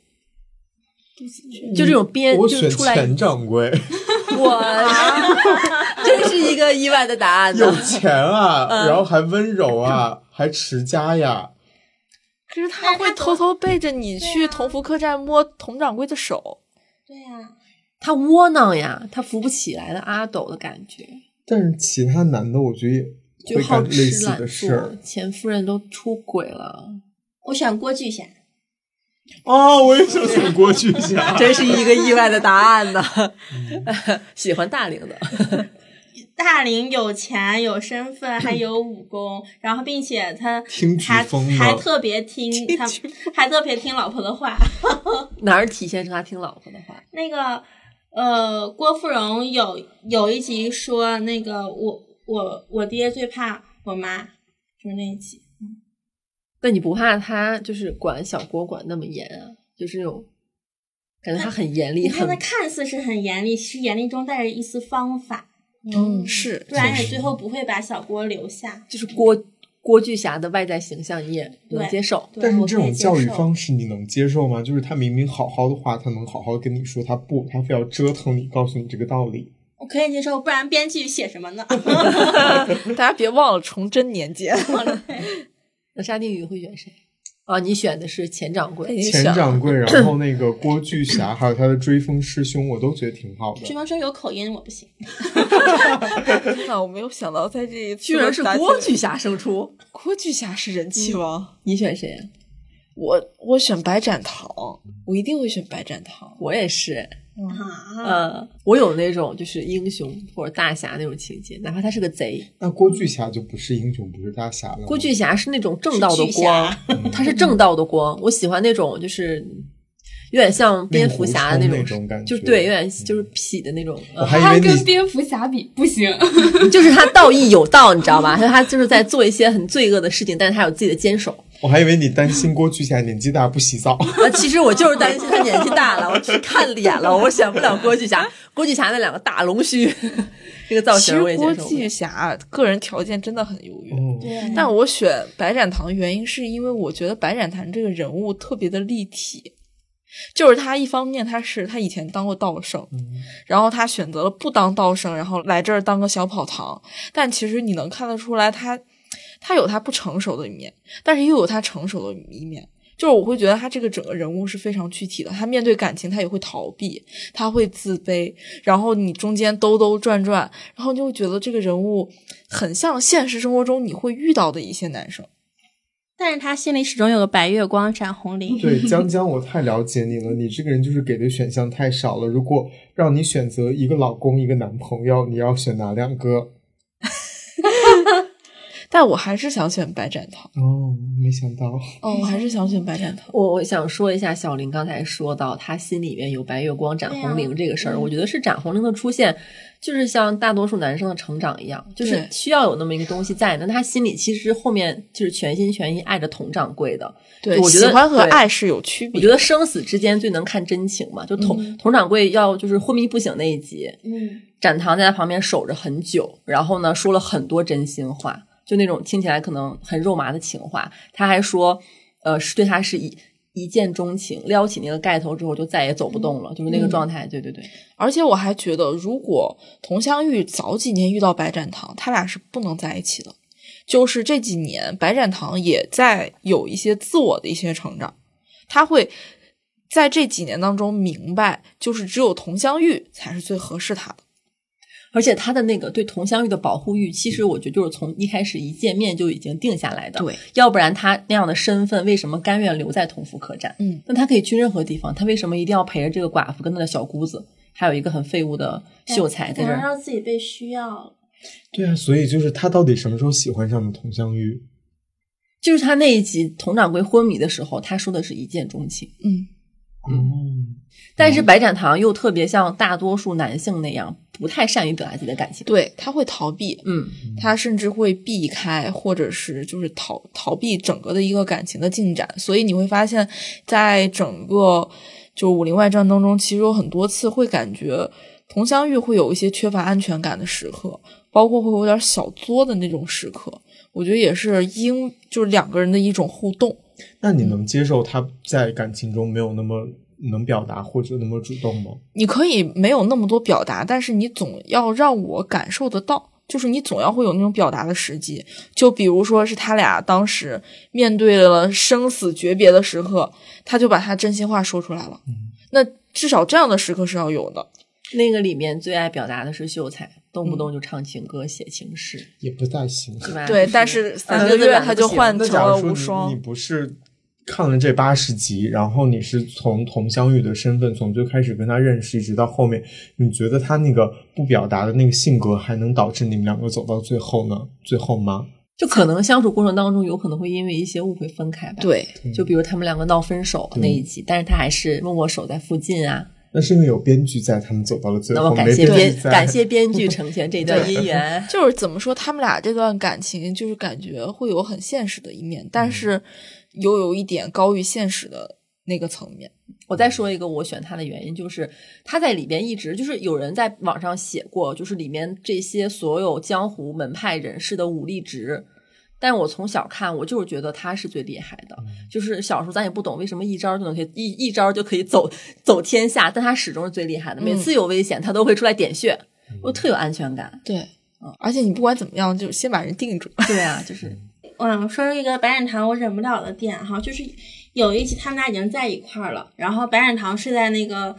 Speaker 5: 就这种编，
Speaker 1: 我
Speaker 5: 就
Speaker 1: 选
Speaker 5: 是出来
Speaker 1: 钱掌柜，
Speaker 5: 我啊真是一个意外的答 案呢
Speaker 1: 有。钱啊，然后还温柔 啊，还持家呀。
Speaker 4: 可是
Speaker 2: 哎
Speaker 4: 他会偷偷背着你
Speaker 2: 啊
Speaker 4: 去同福客栈摸佟掌柜的手，
Speaker 3: 对呀、
Speaker 5: 他窝囊呀，他扶不起来的阿斗的感觉，
Speaker 1: 但是其他男的，我觉得也
Speaker 5: 就
Speaker 1: 会
Speaker 5: 好
Speaker 1: 干类
Speaker 5: 吃
Speaker 1: 似
Speaker 5: 懒
Speaker 1: 的事儿
Speaker 5: 做。。前夫人都出轨了，
Speaker 3: 我选郭巨侠。
Speaker 1: 哦，我也想选郭巨 侠。
Speaker 5: 真是一个意外的答案呢。
Speaker 1: 嗯
Speaker 5: 喜欢大龄的，
Speaker 3: 大龄有钱有身份还有武功，然后并且他
Speaker 1: 听菊
Speaker 3: 还
Speaker 1: 风吗
Speaker 3: 还特别听他还特别听老婆的话。
Speaker 5: 哪儿体现出他听老婆的话？
Speaker 3: 那个呃，郭芙蓉有有一集说那个我我我爹最怕我妈，就是那一集。
Speaker 5: 那你不怕他就是管小郭管那么严啊？就是那种感觉他很严厉，
Speaker 3: 你看
Speaker 5: 很
Speaker 3: 他看似是很严厉，其实严厉中带着一丝方法，
Speaker 2: 嗯，是
Speaker 3: 不然也最后不会把小郭留下。
Speaker 5: 就是郭郭巨侠的外在形象你也能
Speaker 3: 对
Speaker 5: 接受。
Speaker 3: 对
Speaker 1: 但是
Speaker 3: 我
Speaker 1: 这
Speaker 3: 可以
Speaker 1: 种
Speaker 3: 接
Speaker 1: 教育
Speaker 3: 受
Speaker 1: 方式你能接受吗？就是他明明好好的话，他能好好跟你说他不，他非要折腾你，告诉你这个道理。
Speaker 3: 我可以接受，不然编剧写什么呢？
Speaker 4: 大家别忘了崇祯 年间，
Speaker 5: 那沙丁鱼会选谁？啊，你选的是钱掌 柜，
Speaker 1: 钱掌 柜，然后那个郭巨侠，还有他的追风师兄，我都觉得挺好
Speaker 3: 追
Speaker 1: 的。
Speaker 3: 风生有口音，我不行。
Speaker 4: 天啊呐，我没有想到在这一次
Speaker 5: 居然是
Speaker 4: 打起
Speaker 5: 郭
Speaker 4: 来
Speaker 5: 巨侠胜 出。
Speaker 4: 郭巨侠是人气
Speaker 2: 嗯
Speaker 4: 王，
Speaker 5: 你选谁啊？
Speaker 4: 我我选白展堂，我一定会选白展堂。
Speaker 5: 我也是，
Speaker 3: 啊，
Speaker 5: 呃，我有那种就是英雄或者大侠那种情节，哪怕他是个贼。
Speaker 1: 那郭巨侠就不是英雄，不是大侠了吗。
Speaker 5: 郭巨侠是那种正道的
Speaker 3: 是巨
Speaker 5: 光
Speaker 3: 侠，
Speaker 5: 他是正道的光。我喜欢那种就是有点像蝙蝠侠的
Speaker 1: 令狐冲那
Speaker 5: 种
Speaker 1: 种，感
Speaker 5: 就
Speaker 1: 觉嗯
Speaker 5: 对，有点就是痞的那种。
Speaker 1: 我
Speaker 5: 呃
Speaker 1: 还
Speaker 6: 他
Speaker 1: 以为
Speaker 6: 跟
Speaker 1: 你
Speaker 6: 蝙蝠侠比不行，
Speaker 5: 就是他道义有道，你知道吧？ 他就是在做一些很罪恶的事情，但是他有自己的坚守。
Speaker 1: 我还以为你担心郭巨侠年纪大不洗 澡，
Speaker 5: 啊，其实我就是担心他年纪大了，我只看脸了，我选不了郭巨侠。郭巨侠那两个大龙须， 这个造
Speaker 4: 其
Speaker 5: 型
Speaker 4: 实
Speaker 5: 我也
Speaker 4: 郭
Speaker 5: 接受不了
Speaker 4: 巨。侠个人条件真的很优越，
Speaker 1: 嗯，
Speaker 3: 对，
Speaker 4: 但我选白展堂原因是因为我觉得白展堂这个人物特别的立体，就是他一方面他是他以前当过道圣，
Speaker 1: 嗯
Speaker 4: 然后他选择了不当道圣，然后来这儿当个小跑堂，但其实你能看得出来他他有他不成熟的一面，但是又有他成熟的一面。就是我会觉得他这个整个人物是非常具体的，他面对感情他也会逃避，他会自卑，然后你中间兜兜转转，然后你就会觉得这个人物很像现实生活中你会遇到的一些男生。
Speaker 3: 但是他心里始终有个白月光闪 红绫。
Speaker 1: 对，江江，我太了解你了，你这个人就是给的选项太少了。如果让你选择一个老公一个男朋友，你要选哪两个？
Speaker 4: 但我还是想选白展堂。
Speaker 1: 哦，没想到，
Speaker 4: 嗯，我还是想选白展堂。
Speaker 5: 我我想说一下，小林刚才说到他心里面有白月光、展红绫这个事儿，我觉得是展红绫的出现，就是像大多数男生的成长一样，就是
Speaker 4: 对
Speaker 5: 需要有那么一个东西在。那他心里其实后面就是全心全意爱着佟掌柜的。
Speaker 4: 对，
Speaker 5: 我觉得
Speaker 4: 喜欢和
Speaker 5: 对
Speaker 4: 爱是有区
Speaker 5: 我
Speaker 4: 别嗯
Speaker 5: 觉
Speaker 4: 的。
Speaker 5: 得生死之间最能看真情嘛，就佟佟掌柜要就是昏迷不醒那一集，
Speaker 3: 嗯，
Speaker 5: 展堂在他旁边守着很久，然后呢说了很多真心话，就那种听起来可能很肉麻的情话。他还说，呃，是对他是一一见钟情，撩起那个盖头之后就再也走不动了，
Speaker 4: 嗯
Speaker 5: 就是那个状态。对对对，
Speaker 4: 而且我还觉得，如果佟湘玉早几年遇到白展堂，他俩是不能在一起的。就是这几年，白展堂也在有一些自我的一些成长，他会在这几年当中明白，就是只有佟湘玉才是最合适他的。
Speaker 5: 而且他的那个对佟湘玉的保护欲，其实我觉得就是从一开始一见面就已经定下来的。
Speaker 4: 对，
Speaker 5: 要不然他那样的身份为什么甘愿留在同福客栈？
Speaker 4: 嗯，
Speaker 5: 那他可以去任何地方，他为什么一定要陪着这个寡妇跟他的小姑子，还有一个很废物的秀才在这
Speaker 3: 想
Speaker 5: 儿？
Speaker 3: 让自己被需要了。
Speaker 1: 对啊，所以就是他到底什么时候喜欢上的佟湘玉？
Speaker 5: 就是他那一集佟掌柜昏迷的时候，他说的是一见钟情，
Speaker 4: 嗯，
Speaker 1: 嗯，
Speaker 5: 但是白展堂又特别像大多数男性那样，不太善于表达自己的感情。，
Speaker 4: 对他会逃避，
Speaker 5: 嗯，
Speaker 4: 他甚至会避开，或者是就是逃逃避整个的一个感情的进展。所以你会发现，在整个就《武林外传》当中，其实有很多次会感觉佟湘玉会有一些缺乏安全感的时刻，包括会有点小作的那种时刻。我觉得也是因就是两个人的一种互动。
Speaker 1: 那你能接受他在感情中没有那么能表达或者那么主动吗？
Speaker 4: 你可以没有那么多表达，但是你总要让我感受得到，就是你总要会有那种表达的时机。就比如说是他俩当时面对了生死诀别的时刻，他就把他真心话说出来了。那至少这样的时刻是要有的。
Speaker 5: 那个里面最爱表达的是秀才，动不动就唱情歌、写情诗，
Speaker 1: 也不太行。
Speaker 5: 对吧？
Speaker 4: 对，
Speaker 5: 就是
Speaker 4: 但是三
Speaker 5: 呃
Speaker 4: 个
Speaker 5: 那
Speaker 4: 月
Speaker 5: 两个
Speaker 4: 他就
Speaker 5: 不行
Speaker 4: 换
Speaker 1: 那
Speaker 4: 成
Speaker 1: 假
Speaker 4: 了
Speaker 1: 如
Speaker 4: 无
Speaker 1: 说你你
Speaker 4: 双。
Speaker 1: 不是看了这八十集，然后你是从佟湘玉的身份从最开始跟他认识，一直到后面，你觉得他那个不表达的那个性格，还能导致你们两个走到最后呢？最后吗？
Speaker 5: 就可能相处过程当中，有可能会因为一些误会分开吧。，
Speaker 4: 对，。
Speaker 5: 就比如他们两个闹分手
Speaker 1: 对
Speaker 5: 那一集，但是他还是默默守在附近啊。
Speaker 1: 那是因为有编剧在，他们走到了最
Speaker 5: 那
Speaker 1: 后，
Speaker 5: 么感谢
Speaker 1: 没编
Speaker 5: 编
Speaker 1: 剧在
Speaker 5: 感谢编剧成全这段姻缘
Speaker 4: 就是怎么说，他们俩这段感情就是感觉会有很现实的一面，但是又有一点高于现实的那个层面。
Speaker 5: 我再说一个，我选他的原因就是他在里边一直就是有人在网上写过，就是里面这些所有江湖门派人士的武力值。但我从小看，我就是觉得他是最厉害的。就是小时候咱也不懂为什么一招就能可以一一招就可以走走天下，但他始终是最厉害的。每次有危险，他都会出来点穴，我特有安 全感。
Speaker 4: 对，嗯而且你不管怎么样，就先把人定住。
Speaker 5: 对啊，就是
Speaker 3: 嗯，说一个白展堂我忍不了的点哈，就是有一集他们俩已经在一块儿了，然后白展堂是在那个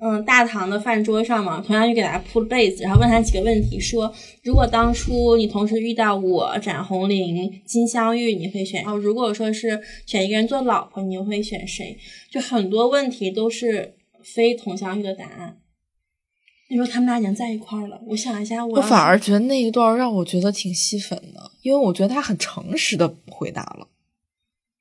Speaker 3: 嗯大堂的饭桌上嘛，佟湘玉给他铺被子，然后问他几个问题，说如果当初你同时遇到我、展红绫、金镶玉，你会选；然后如果说是选一个人做老婆，你又会选谁？就很多问题都是非佟湘玉的答案。你说他们俩已经在一块儿了，我想一下我
Speaker 4: 我
Speaker 3: 要是，
Speaker 4: 反而觉得那一段让我觉得挺吸粉的，因为我觉得他很诚实的回答了。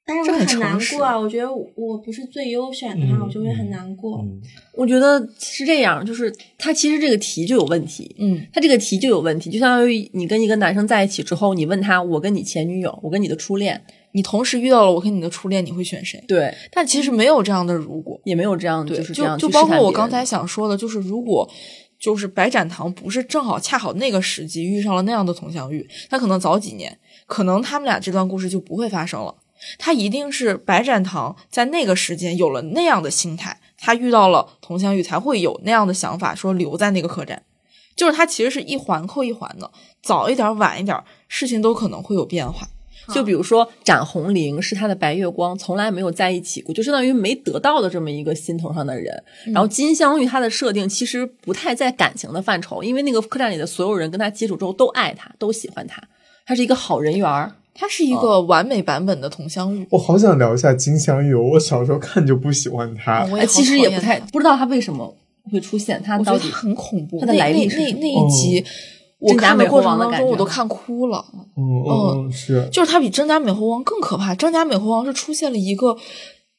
Speaker 3: 但是
Speaker 4: 这
Speaker 3: 我
Speaker 4: 很
Speaker 3: 很难
Speaker 4: 诚实
Speaker 3: 过啊！我觉得我我不是最优选的话，
Speaker 1: 嗯
Speaker 3: 我就会很难过。
Speaker 1: 嗯
Speaker 5: 我觉得是这样，就是他其实这个题就有问题。
Speaker 4: 嗯，
Speaker 5: 他这个题就有问题，就相当于你跟一个男生在一起之后，你问他，我跟你前女友，我跟你的初恋，
Speaker 4: 你同时遇到了我跟你的初恋，你会选谁？
Speaker 5: 对，
Speaker 4: 但其实没有这样的如果。
Speaker 5: 也没有这样，
Speaker 4: 对，
Speaker 5: 是这
Speaker 4: 就
Speaker 5: 样去
Speaker 4: 包
Speaker 5: 试探
Speaker 4: 括我
Speaker 5: 别人
Speaker 4: 刚才想说的，就是如果就是白展堂不是正好恰好那个时机遇上了那样的佟湘玉，他可能早几年，可能他们俩这段故事就不会发生了。他一定是白展堂在那个时间有了那样的心态，他遇到了佟湘玉才会有那样的想法，说留在那个客栈。就是他其实是一环扣一环的，早一点儿晚一点儿，事情都可能会有变化。
Speaker 5: 就比如说展红绫是他的白月光，从来没有在一起过，就相当于没得到的这么一个心头上的人。
Speaker 4: 嗯
Speaker 5: 然后金镶玉他的设定其实不太在感情的范畴，因为那个客栈里的所有人跟他接触之后都爱他，都喜欢他，他是一个好人缘儿。
Speaker 4: 他是
Speaker 5: 哦
Speaker 4: 一个完美版本的佟湘玉，
Speaker 1: 我好想聊一下金镶玉，我小时候看就不喜欢他。嗯
Speaker 4: 我
Speaker 5: 哎
Speaker 4: 也
Speaker 5: 其
Speaker 4: 好
Speaker 5: 实
Speaker 4: 讨
Speaker 5: 也
Speaker 4: 厌
Speaker 5: 不
Speaker 4: 他
Speaker 5: 太不知道他为什么会出现，他
Speaker 4: 我觉
Speaker 5: 到
Speaker 4: 得
Speaker 5: 底
Speaker 4: 很恐怖。
Speaker 5: 它的
Speaker 4: 那
Speaker 5: 来历
Speaker 4: 那
Speaker 5: 是
Speaker 4: 那
Speaker 5: 什么
Speaker 1: 哦
Speaker 4: 那一集，我看的过程
Speaker 5: 真假美猴王的
Speaker 4: 当
Speaker 5: 感觉
Speaker 4: 中我都看哭了。
Speaker 1: 嗯
Speaker 5: 哦
Speaker 1: 嗯嗯，是
Speaker 4: 就是它比真假美猴王更可怕。真假美猴王是出现了一个，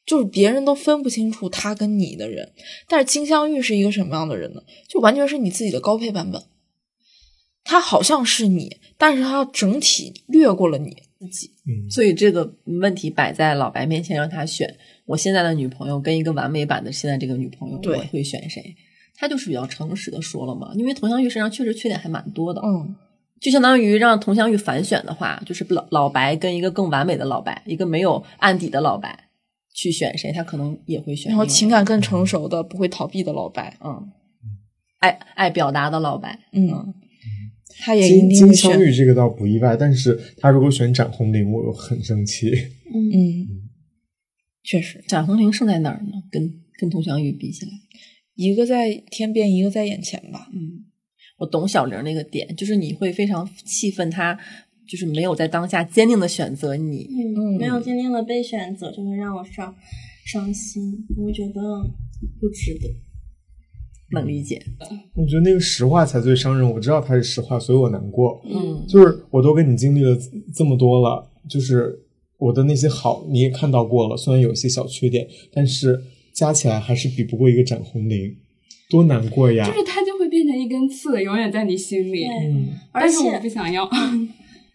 Speaker 4: 就是别人都分不清楚他跟你的人，但是金镶玉是一个什么样的人呢？就完全是你自己的高配版本。他好像是你，但是他整体略过了你自己。
Speaker 1: 嗯
Speaker 5: 所以这个问题摆在老白面前，让他选我现在的女朋友跟一个完美版的现在这个女朋友，
Speaker 4: 对
Speaker 5: 我会选谁？他就是比较诚实的说了嘛，因为佟湘玉身上确实缺点还蛮多的，
Speaker 4: 嗯，
Speaker 5: 就相当于让佟湘玉反选的话，就是老老白跟一个更完美的老白，一个没有案底的老白去选谁，他可能也会选。
Speaker 4: 然后情，感更成熟的、不会逃避的老白，
Speaker 5: 嗯，爱爱表达的老白，
Speaker 4: 嗯，他也一
Speaker 1: 金
Speaker 4: 定
Speaker 1: 金
Speaker 4: 会
Speaker 1: 镶
Speaker 4: 选。
Speaker 1: 玉这个倒不意外，但是他如果选展红绫，我很生气。
Speaker 4: 嗯，确实，
Speaker 5: 展红绫胜在哪儿呢？跟跟佟湘玉比起来。
Speaker 4: 一个在天边，一个在眼前吧。
Speaker 5: 嗯，我懂小玲那个点，就是你会非常气愤她，就是没有在当下坚定的选择你。
Speaker 3: 嗯，没有坚定的被选择，就会让我伤伤心，我会觉得不值得。
Speaker 5: 能理解，
Speaker 1: 我觉得那个实话才最伤人。我知道他是实话，所以我难过。
Speaker 5: 嗯，
Speaker 1: 就是我都跟你经历了这么多了，就是我的那些好你也看到过了，虽然有些小缺点，但是加起来还是比不过一个展红绫，多难过呀！
Speaker 6: 就是它就会变成一根刺，永远在你心里。
Speaker 3: 对，
Speaker 1: 嗯，
Speaker 3: 而
Speaker 6: 但是我
Speaker 3: 且
Speaker 6: 不想要，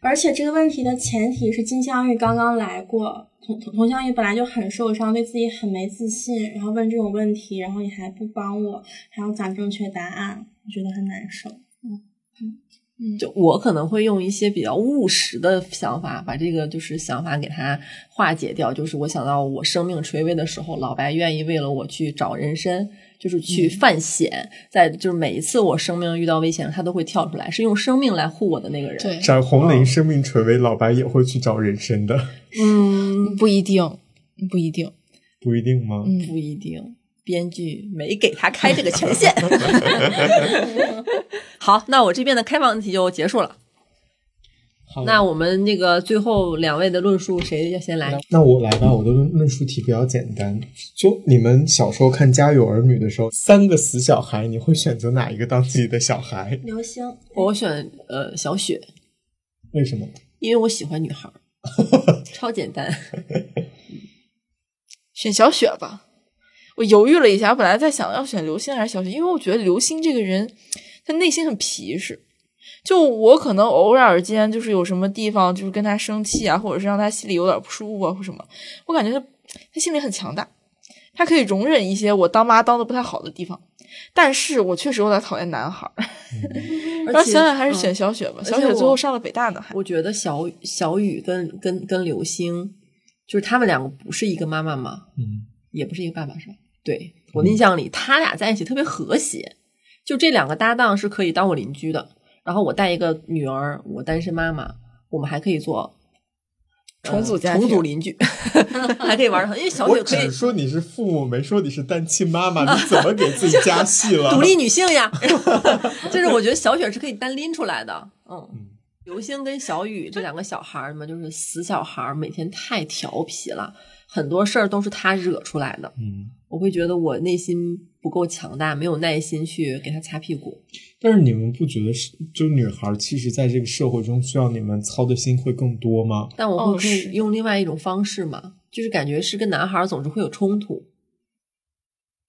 Speaker 3: 而且这个问题的前提是金镶玉刚刚来过，佟佟佟湘玉本来就很受伤，对自己很没自信，然后问这种问题，然后你还不帮我，还要讲正确答案，我觉得很难受。
Speaker 5: 就我可能会用一些比较务实的想法，把这个就是想法给它化解掉。就是我想到我生命垂危的时候，老白愿意为了我去找人参，就是去犯险，在就是每一次我生命遇到危险，他都会跳出来，是用生命来护我的那个人。
Speaker 4: 对，
Speaker 1: 展红绫生命垂危，老白也会去找人参的，
Speaker 5: 嗯，
Speaker 4: 不一定，不一定。
Speaker 1: 不一定吗？
Speaker 4: 嗯，
Speaker 5: 不一定，编剧没给他开这个 权限。好，那我这边的开放问题就结束了。
Speaker 1: 好
Speaker 5: 那我们那个最后两位的论述，谁要先来？
Speaker 1: 那我来吧，我的论论述题比较简单。就你们小时候看《家有儿女》的时候，三个死小孩，你会选择哪一个当自己的小孩？
Speaker 3: 刘星，
Speaker 5: 我选呃小雪，
Speaker 1: 为什么？
Speaker 5: 因为我喜欢女孩儿，超简单。
Speaker 4: 选小雪吧。我犹豫了一下，我本来在想要选刘星还是小雪，因为我觉得刘星这个人，他内心很皮实。就我可能偶尔间就是有什么地方就是跟他生气啊，或者是让他心里有点不舒服啊，或什么，我感觉他他心里很强大，他可以容忍一些我当妈当的不太好的地方。但是我确实有点讨厌男 孩儿，然
Speaker 5: 而
Speaker 4: 后
Speaker 5: 且
Speaker 4: 想想还是选
Speaker 5: 嗯
Speaker 4: 小雪吧。
Speaker 5: 且
Speaker 4: 小雪最
Speaker 5: 我
Speaker 4: 后上了北大呢，还
Speaker 5: 我觉得小小雨跟跟跟刘星，就是他们两个不是一个妈妈吗？
Speaker 1: 嗯，
Speaker 5: 也不是一个爸爸是吧？对我的印象里，他俩在一起特别和谐，就这两个搭档是可以当我邻居的。然后我带一个女儿，我单身妈妈，我们还可以做呃
Speaker 4: 重组家庭
Speaker 5: 重组邻居， 还可以玩的很，因为小
Speaker 1: 我
Speaker 5: 雪可以
Speaker 1: 只说你是父母，没说你是单亲妈妈，你怎么给自己加戏了？
Speaker 5: 独立女性呀，就是我觉得小雪是可以单拎出来的，嗯。刘星跟小雨这两个小孩儿嘛，就是死小孩儿，每天太调皮了，很多事儿都是他惹出来的。
Speaker 1: 嗯，
Speaker 5: 我会觉得我内心不够强大，没有耐心去给他擦屁股。
Speaker 1: 但是你们不觉得是，就女孩其实在这个社会中需要你们操的心会更多吗？
Speaker 5: 但我会
Speaker 4: 哦
Speaker 5: 可以
Speaker 4: 是
Speaker 5: 用另外一种方式嘛，就是感觉是跟男孩儿总是会有冲突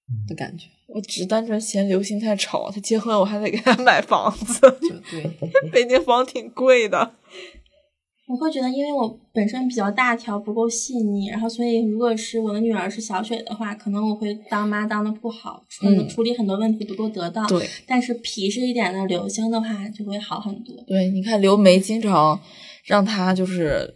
Speaker 1: 嗯
Speaker 5: 的感觉。
Speaker 4: 我只单纯嫌刘星太吵，他结婚我还得给他买房 子，
Speaker 5: 就 对，
Speaker 4: 北京房挺贵的。
Speaker 3: 我会觉得，因为我本身比较大条，不够细腻，然后所以如果是我的女儿是小雪的话，可能我会当妈当的不好，处
Speaker 4: 嗯
Speaker 3: 处理很多问题不够得当。
Speaker 4: 对
Speaker 3: 但是皮实一点的刘星的话，就会好很多。
Speaker 4: 对，你看刘梅经常让他就是，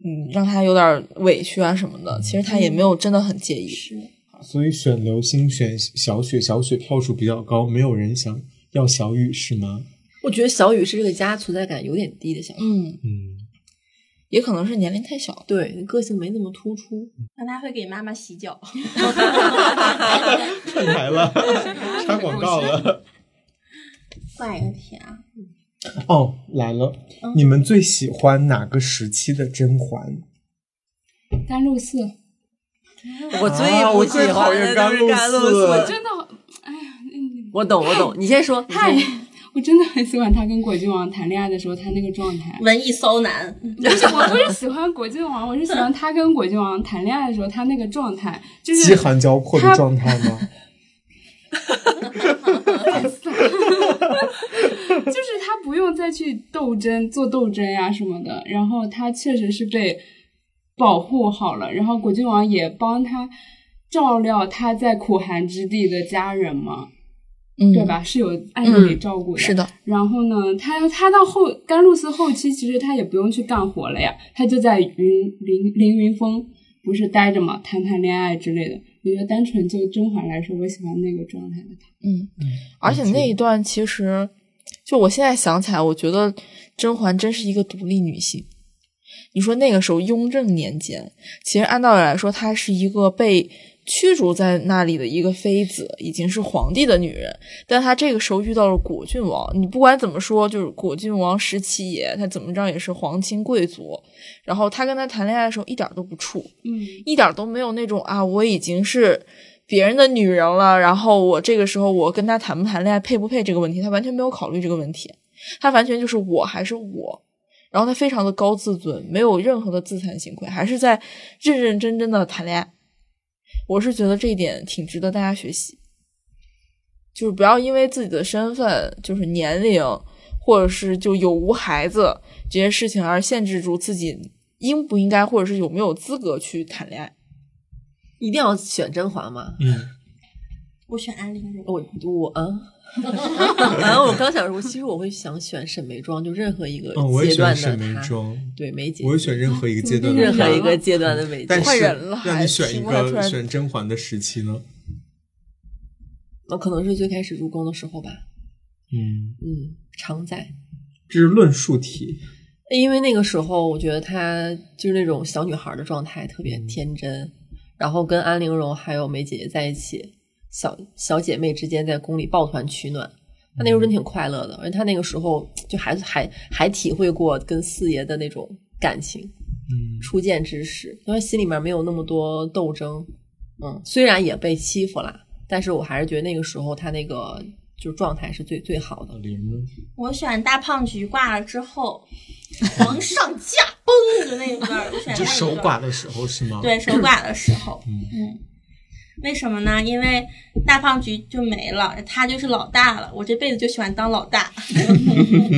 Speaker 4: 嗯，让他有点委屈啊什么的，其实他也没有真的很介意。
Speaker 3: 是，
Speaker 1: 所以选刘星、选小雪，小雪票数比较高，没有人想要小雨是吗？
Speaker 5: 我觉得小雨是这个家存在感有点低的小孩，
Speaker 4: 嗯，
Speaker 1: 嗯，
Speaker 4: 也可能是年龄太小了。
Speaker 5: 对，个性没那么突出。
Speaker 3: 那他会给妈妈洗脚。
Speaker 1: 串台了，插广告 了。
Speaker 3: 下一个题啊，
Speaker 1: 哦，来了！
Speaker 5: 嗯
Speaker 1: 你们最喜欢哪个时期的甄嬛？
Speaker 6: 甘露寺
Speaker 5: 我最
Speaker 1: 啊
Speaker 5: 不
Speaker 1: 我
Speaker 5: 喜
Speaker 1: 最
Speaker 5: 欢
Speaker 1: 讨厌
Speaker 5: 的就是
Speaker 1: 甘露
Speaker 5: 甘露
Speaker 1: 寺
Speaker 5: 寺。
Speaker 6: 真的，哎呀，嗯
Speaker 5: 我懂，我懂。你先说，你
Speaker 6: 嗨
Speaker 5: 先说，
Speaker 6: 我真的很喜欢他跟果郡王谈恋爱的时候他那个状态。
Speaker 3: 文艺骚男，
Speaker 6: 不是， 我不是喜欢果郡王，我是喜欢他跟果郡王谈恋爱的时候他那个状态，就
Speaker 1: 饥
Speaker 6: 是
Speaker 1: 寒交迫的状态 吗？
Speaker 6: 就是他不用再去斗争、做斗争呀、什么的，然后他确实是被保护好了，然后果郡王也帮他照料他在苦寒之地的家人嘛，
Speaker 4: 嗯，
Speaker 6: 对？吧？是有暗地里照顾的。
Speaker 4: 是的，
Speaker 6: 然后呢，他他到后甘露寺后期，其实他也不用去干活了呀，他就在云凌凌云峰不是待着嘛，谈谈恋爱之类的。我觉得单纯就甄嬛来说，我喜欢那个状态的她。
Speaker 4: 嗯，而且那一段其实，就我现在想起来，我觉得甄嬛真是一个独立女性。你说那个时候雍正年间，其实按道理来说，她是一个被驱逐在那里的一个妃子，已经是皇帝的女人。但她这个时候遇到了果郡王，你不管怎么说，就是果郡王十七爷，他怎么着也是皇亲贵族。然后她跟他谈恋爱的时候一点都不怵，
Speaker 6: 嗯，
Speaker 4: 一点都没有那种啊，我已经是别人的女人了，然后我这个时候我跟他谈不谈恋爱配不配这个问题，他完全没有考虑这个问题，他完全就是我还是我，然后他非常的高自尊，没有任何的自惭形愧，还是在认认真真的谈恋爱。我是觉得这一点挺值得大家学习，就是不要因为自己的身份、就是年龄，或者是就有无孩子这些事情而限制住自己应不应该，或者是有没有资格去谈恋爱。
Speaker 5: 一定要选甄嬛吗？
Speaker 1: 嗯，
Speaker 3: 我选安陵容。
Speaker 5: 我我嗯， 然后我刚想说，其实我会想选沈眉庄，就任何一个
Speaker 1: 嗯，我也
Speaker 5: 阶
Speaker 1: 选
Speaker 5: 段
Speaker 1: 沈
Speaker 5: 的
Speaker 1: 眉
Speaker 5: 她，
Speaker 1: 庄，
Speaker 5: 对梅姐
Speaker 1: 我，也选任何一个阶段的
Speaker 5: 任何
Speaker 1: 她
Speaker 5: 一个阶段的梅姐
Speaker 1: 嗯但，
Speaker 4: 嗯换
Speaker 1: 是
Speaker 4: 人了
Speaker 1: 让
Speaker 4: 还
Speaker 1: 你选
Speaker 4: 题
Speaker 1: 一
Speaker 4: 目还突
Speaker 1: 个
Speaker 4: 然
Speaker 1: 选甄嬛的时期呢？
Speaker 5: 我可能是最开始入宫的时候吧，
Speaker 1: 嗯，
Speaker 5: 嗯，常在。
Speaker 1: 这是论述题。
Speaker 5: 因为那个时候，我觉得她就是那种小女孩的状态，特
Speaker 1: 嗯
Speaker 5: 别天真，然后跟安陵容还有梅姐姐在一起，小小姐妹之间在宫里抱团取暖。她那时
Speaker 1: 嗯
Speaker 5: 候真挺快乐的，而且她那个时候就还还还体会过跟四爷的那种感情，
Speaker 1: 嗯，
Speaker 5: 初见之时，因为心里面没有那么多斗争，嗯，虽然也被欺负啦，但是我还是觉得那个时候她那个就是状态是最最好的
Speaker 1: 老。林呢？
Speaker 3: 我选大胖菊挂了之 后，皇上驾崩的那一段，我选
Speaker 1: 就
Speaker 3: 那一
Speaker 1: 手
Speaker 3: 段
Speaker 1: 寡的时候是吗？，
Speaker 3: 对手寡的时候，
Speaker 1: 嗯
Speaker 3: 嗯，为什么呢？因为大胖菊就没了，他就是老大了。我这辈子就喜欢当老大，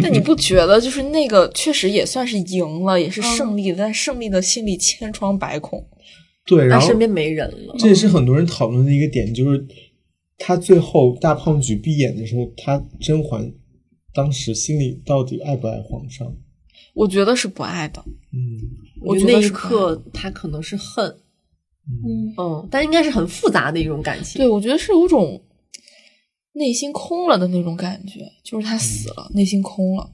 Speaker 4: 但你不觉得就是那个确实也算是赢了，也是胜利的，但胜利的心里千疮百孔。
Speaker 1: 对，
Speaker 5: 她
Speaker 1: 然后
Speaker 5: 身边没人了，
Speaker 1: 这也是很多人讨论的一个点，就是他最后大胖菊闭眼的时候，他甄嬛当时心里到底爱不爱皇上？
Speaker 4: 我觉得是不爱的，
Speaker 1: 嗯，
Speaker 5: 我觉
Speaker 4: 我觉
Speaker 5: 得
Speaker 4: 得
Speaker 5: 那一
Speaker 4: 是不爱
Speaker 5: 刻她可能是恨。
Speaker 3: 嗯，
Speaker 5: 嗯，但应该是很复杂的一种感情。
Speaker 4: 对我觉得是有种内心空了的那种感觉，就是他死了，内心空了，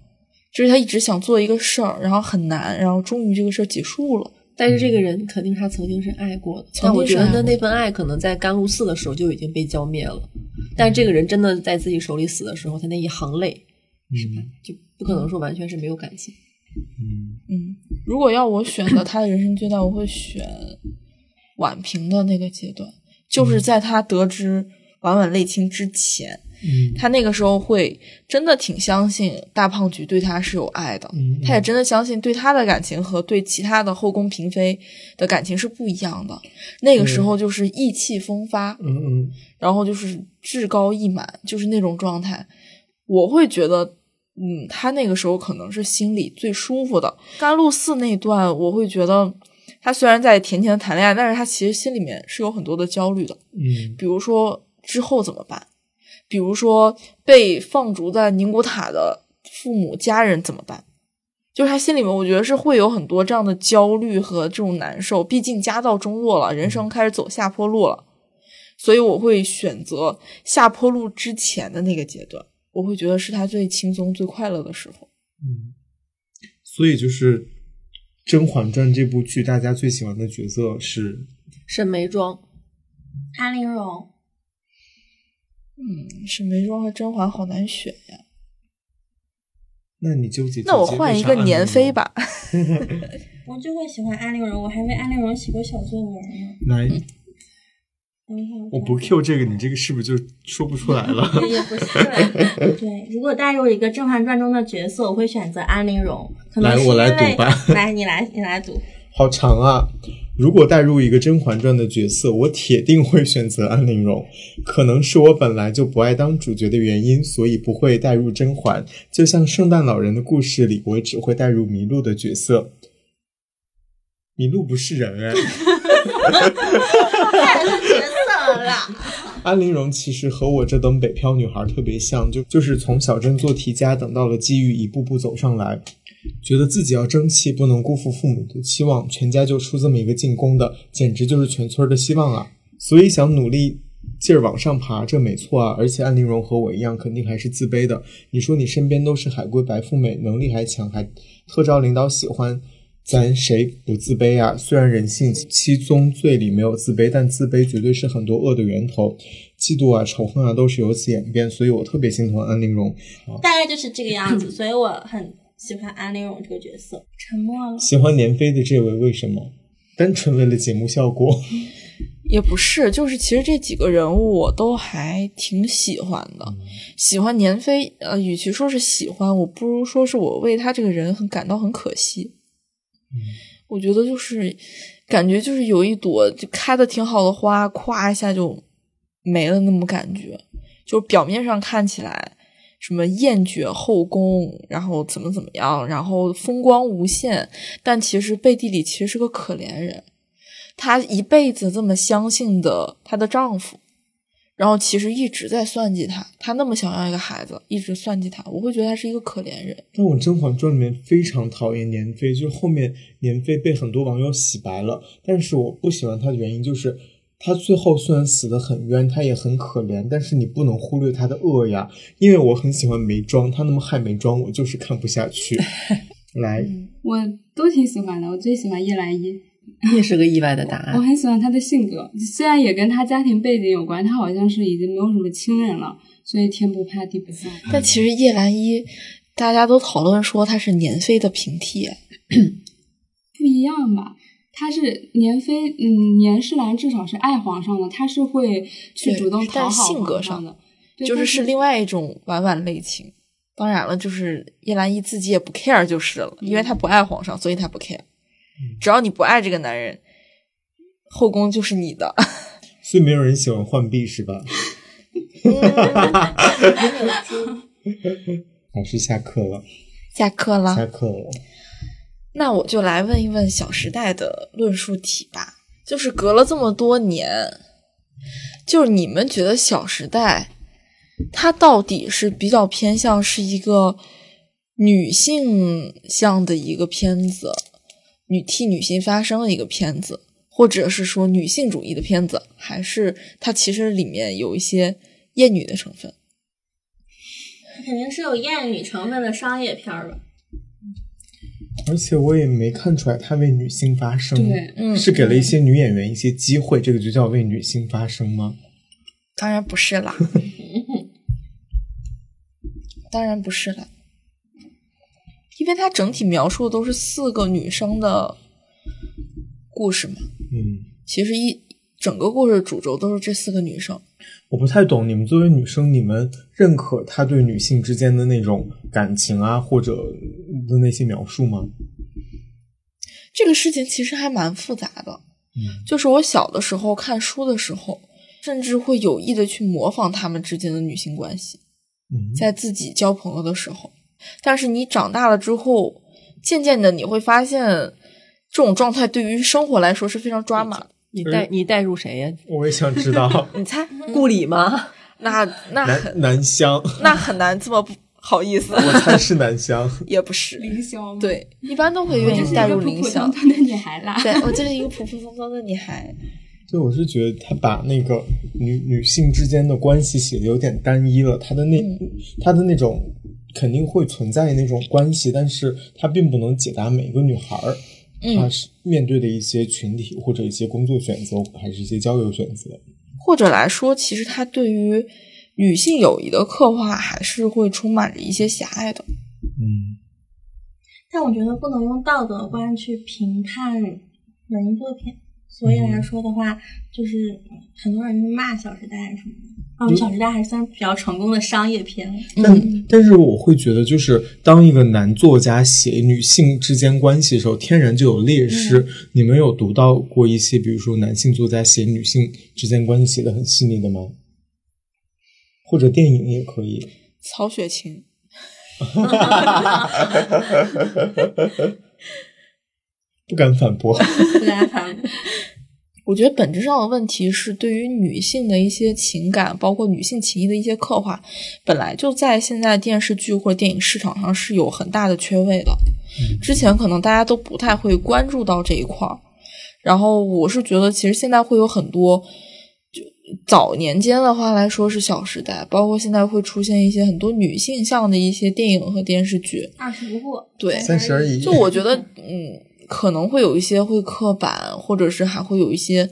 Speaker 4: 就是他一直想做一个事儿，然后很难，然后终于这个事儿结束了。
Speaker 5: 但是这个人肯定他曾经是爱过的，
Speaker 4: 曾
Speaker 5: 但我
Speaker 4: 经是
Speaker 5: 觉
Speaker 4: 爱过
Speaker 5: 得
Speaker 4: 的
Speaker 5: 那份爱可能在甘露寺的时候就已经被浇灭了。但是这个人真的在自己手里死的时候，他那一行泪
Speaker 1: 嗯
Speaker 5: 就不可能说完全是没有感情。
Speaker 1: 嗯，
Speaker 4: 嗯，如果要我选择他的人生阶段，我会选婉平的那个阶段，就是在他得知婉婉泪清之前，
Speaker 1: 嗯
Speaker 4: 他那个时候会真的挺相信大胖菊对他是有爱的，
Speaker 1: 嗯
Speaker 4: 他也真的相信对他的感情和对其他的后宫嫔妃的感情是不一样的。那个时候就是意气风发，
Speaker 1: 嗯嗯，
Speaker 4: 然后就是志高意满，就是那种状态。我会觉得，嗯，他那个时候可能是心里最舒服的。甘露寺那段，我会觉得他虽然在甜甜的谈恋爱，但是他其实心里面是有很多的焦虑的。
Speaker 1: 嗯
Speaker 4: 比如说之后怎么办？比如说被放逐在宁古塔的父母家人怎么办？就是他心里面，我觉得是会有很多这样的焦虑和这种难受。毕竟家道中落了，人生开始走下坡路了，所以我会选择下坡路之前的那个阶段，我会觉得是他最轻松、最快乐的时候。
Speaker 1: 嗯，所以就是《甄嬛传》这部剧，大家最喜欢的角色是
Speaker 5: 沈眉庄，
Speaker 3: 安陵容。
Speaker 4: 嗯，沈眉庄和甄嬛好难选呀。
Speaker 1: 那你纠结？
Speaker 4: 那我换一个年妃，吧，
Speaker 3: 我就会喜欢安陵容，我还为安陵容写过小作文呢。
Speaker 1: 来，我不 Q 这个，你这个是不是就说不出来了？
Speaker 3: 也不是。对，如果带入一个《甄嬛传》中的角色，我会选择安陵容。可能
Speaker 1: 来
Speaker 3: 是
Speaker 1: 我来
Speaker 3: 因为
Speaker 1: 赌吧
Speaker 3: 来，你来，你来赌。
Speaker 1: 好长啊！如果带入一个《甄嬛传》的角色，我铁定会选择安陵容。可能是我本来就不爱当主角的原因，所以不会带入甄嬛。就像圣诞老人的故事里，我只会带入麋鹿的角色。麋鹿不是人哎。
Speaker 3: 太入角色了。
Speaker 1: 安陵容其实和我这等北漂女孩特别像，就就是从小镇做题家，等到了机遇，一步步走上来，觉得自己要争气，不能辜负父母的期望，全家就出这么一个进宫的，简直就是全村的希望啊！所以想努力劲儿往上爬，这没错啊。而且安陵容和我一样，肯定还是自卑的。你说你身边都是海归白富美，能力还强，还特招领导喜欢。咱谁不自卑啊？虽然人性七宗罪里没有自卑，但自卑绝对是很多恶的源头。嫉妒啊、仇恨啊，都是由此演变，所以我特别心疼安陵容。
Speaker 3: 大概就是这个样子，所以我很喜欢安陵容这个角色。沉默了，
Speaker 1: 喜欢年妃的这位为什么？单纯为了节目效果，
Speaker 4: 也不是，就是其实这几个人物我都还挺喜欢的，喜欢年妃，呃，与其说是喜欢，我不如说是我为她这个人很感到很可惜。我觉得就是感觉就是有一朵就开的挺好的花，咵一下就没了那么感觉，就表面上看起来什么艳绝后宫，然后怎么怎么样，然后风光无限，但其实背地里其实是个可怜人。她一辈子这么相信的她的丈夫，然后其实一直在算计她，她那么想要一个孩子，一直算计她，我会觉得她是一个可怜人。
Speaker 1: 但我《甄嬛传》里面非常讨厌年妃，就是后面年妃被很多网友洗白了，但是我不喜欢她的原因就是，她最后虽然死得很冤，她也很可怜，但是你不能忽略她的恶呀，因为我很喜欢眉庄，她那么害眉庄，我就是看不下去。来，
Speaker 6: 我都挺喜欢的，我最喜欢叶澜依，
Speaker 5: 也是个意外的答
Speaker 6: 我
Speaker 5: 案。
Speaker 6: 很喜欢她的性格，虽然也跟她家庭背景有关，她好像是已经没有什么亲人了，所以天不怕地不怕。
Speaker 4: 但其实叶澜依，大家都讨论说她是年妃的平替，啊
Speaker 6: 不一样吧。她是年妃，嗯，年世兰至少是爱皇上的，她是会去
Speaker 4: 对
Speaker 6: 主动讨好
Speaker 4: 但是性格
Speaker 6: 皇上
Speaker 4: 上
Speaker 6: 的，对
Speaker 4: 就是
Speaker 6: 但
Speaker 4: 是另外一种婉婉类情。当然了，就是叶澜依自己也不 care 就是了，因
Speaker 6: 嗯
Speaker 4: 为她不爱皇上，所以她不 care。只要你不爱这个男人，后宫就是你的。
Speaker 1: 所以没有人喜欢浣碧是吧？老师下课了，
Speaker 4: 下课了，
Speaker 1: 下课了。
Speaker 4: 那我就来问一问《小时代》的论述题吧，就是隔了这么多年，就是你们觉得《小时代》它到底是比较偏向是一个女性向的一个片子，女替女性发声的一个片子，或者是说女性主义的片子，还是它其实里面有一些厌女的成分？
Speaker 3: 肯定是有艳女成分的商业片儿吧？
Speaker 1: 而且我也没看出来她为女性发声，
Speaker 6: 对
Speaker 4: 嗯
Speaker 1: 是给了一些女演员一些机会，这个就叫为女性发声吗？
Speaker 4: 当然不是啦，当然不是啦，因为它整体描述的都是四个女生的故事嘛。
Speaker 1: 嗯，
Speaker 4: 其实一整个故事主轴都是这四个女生，
Speaker 1: 我不太懂，你们作为女生，你们认可她对女性之间的那种感情啊，或者的那些描述吗？
Speaker 4: 这个事情其实还蛮复杂的。
Speaker 1: 嗯
Speaker 4: 就是我小的时候看书的时候，甚至会有意的去模仿她们之间的女性关系。
Speaker 1: 嗯，
Speaker 4: 在自己交朋友的时候，但是你长大了之后，渐渐的你会发现，这种状态对于生活来说是非常抓马的。
Speaker 5: 你带你带入谁呀？嗯
Speaker 1: 我也想知 道
Speaker 5: 你猜顾里吗？
Speaker 4: 那那
Speaker 1: 南
Speaker 4: 很
Speaker 1: 南湘，
Speaker 4: 那很难这么不好意思，
Speaker 1: 我猜是南湘。
Speaker 4: 也不是
Speaker 6: 凌霄吗，
Speaker 4: 对，嗯一般都会
Speaker 6: 我
Speaker 4: 愿
Speaker 6: 就是
Speaker 4: 意
Speaker 6: 一
Speaker 4: 带
Speaker 6: 个
Speaker 4: 入
Speaker 6: 普
Speaker 4: 林
Speaker 6: 普
Speaker 4: 晓
Speaker 6: 通。通的女孩啦。
Speaker 4: 对 我就是一个普普通通的女孩，
Speaker 1: 对，我是觉得她把那个女女性之间的关系写的有点单一了，她的那她的那种肯定会存在那种关系，但是她并不能解答每个女孩儿。她是面对的一些群体或者一些工作选择，还是一些交友选择。
Speaker 4: 或者来说，其实她对于女性友谊的刻画还是会充满着一些狭隘的。
Speaker 1: 嗯，
Speaker 5: 嗯
Speaker 3: 但我觉得不能用道德观去评判文艺作品，所以来
Speaker 5: 嗯
Speaker 3: 说的话，就是很多人骂《小时代》什么的。
Speaker 5: 哦
Speaker 3: 啊，《小时代》还算比较成功的商业片了。
Speaker 1: 但但是我会觉得，就是当一个男作家写女性之间关系的时候，天然就有劣势。你们有读到过一些，比如说男性作家写女性之间关系写的很细腻的吗？或者电影也可以。
Speaker 9: 曹雪芹，
Speaker 1: 不敢反驳。
Speaker 3: 不敢 反驳。
Speaker 4: 我觉得本质上的问题是，对于女性的一些情感，包括女性情谊的一些刻画，本来就在现在电视剧或者电影市场上是有很大的缺位的。之前可能大家都不太会关注到这一块儿，然后我是觉得，其实现在会有很多，就早年间的话来说是《小时代》，包括现在会出现一些很多女性向的一些电影和电视剧。
Speaker 3: 二十不惑，
Speaker 4: 对，
Speaker 1: 三十而已。
Speaker 4: 就我觉得，嗯，可能会有一些会刻板，或者是还会有一些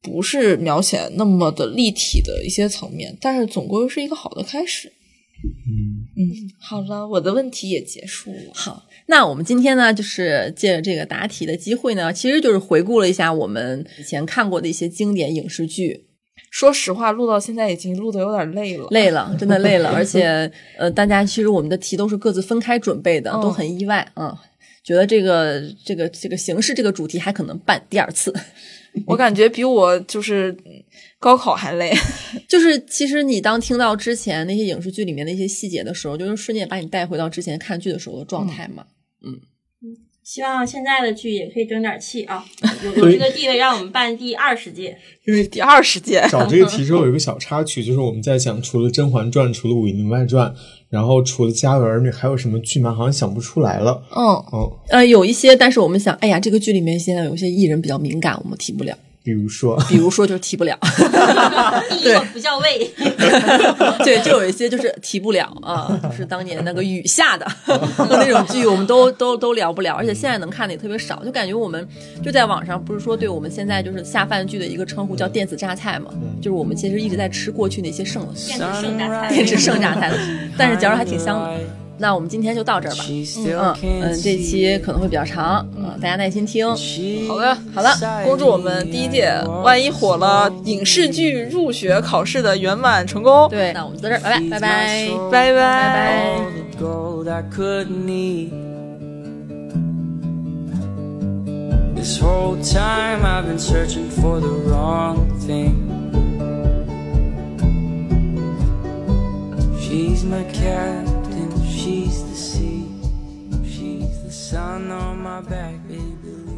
Speaker 4: 不是描写那么的立体的一些层面，但是总归是一个好的开始。
Speaker 1: 嗯，
Speaker 4: 嗯，好了，我的问题也结束了。
Speaker 5: 好， 那我们今天呢，就是借着这个答题的机会呢，其实就是回顾了一下我们以前看过的一些经典影视剧。
Speaker 4: 说实话，录到现在已经录的有点累了，
Speaker 5: 累了，真的累 了，而且呃，大家其实我们的题都是各自分开准备的，
Speaker 4: 嗯
Speaker 5: 都很意外啊、嗯觉得这个这个这个形式这个主题还可能办第二次，
Speaker 4: 我感觉比我就是嗯高考还累。
Speaker 5: 就是其实你当听到之前那些影视剧里面的一些细节的时候，就是瞬间把你带回到之前看剧的时候的状态嘛。
Speaker 3: 希望现在的剧也可以争点气啊，有有这个地位，让我们办第二 十届。
Speaker 4: 因为第二十届，
Speaker 1: 找这个题之后有一个小插曲，就是我们在讲除了《甄嬛传》、除了《武林外传》，然后除了《家有儿女》，还有什么剧吗？好像想不出来了。
Speaker 4: 嗯，
Speaker 1: 嗯，
Speaker 5: 呃，有一些，但是我们想，哎呀，这个剧里面现在有一些艺人比较敏感，我们提不了，
Speaker 1: 比如说，
Speaker 5: 比如说就是提不了。
Speaker 3: 第一，我不叫魏。
Speaker 5: 对，就有一些就是提不了啊， 就是当年那个雨下的 那种剧，我们都都都聊不了，而且现在能看的也特别少，就感觉我们就在网上不是说对我们现在就是下饭剧的一个称呼叫电子榨菜嘛，就是我们其实一直在吃过去那些剩
Speaker 3: 电子剩榨菜
Speaker 5: 电子剩榨菜，但是嚼着还挺
Speaker 10: 哎
Speaker 5: 香的。那我们今天就到这儿吧，嗯嗯嗯，这期可能会比较长，嗯，大家耐心听。
Speaker 9: 好的好
Speaker 4: 哎
Speaker 9: 了，恭祝我们第一届万一火了影视剧入学考试的圆满成功。
Speaker 5: 对，那我们就到这儿，拜拜，拜拜，
Speaker 9: 拜
Speaker 5: 拜
Speaker 9: 拜。
Speaker 5: 拜。
Speaker 10: all the gold I could need. This whole time I've been searching for the wrong thing. She's my captain, she's the sea, she's the sun on my back, baby.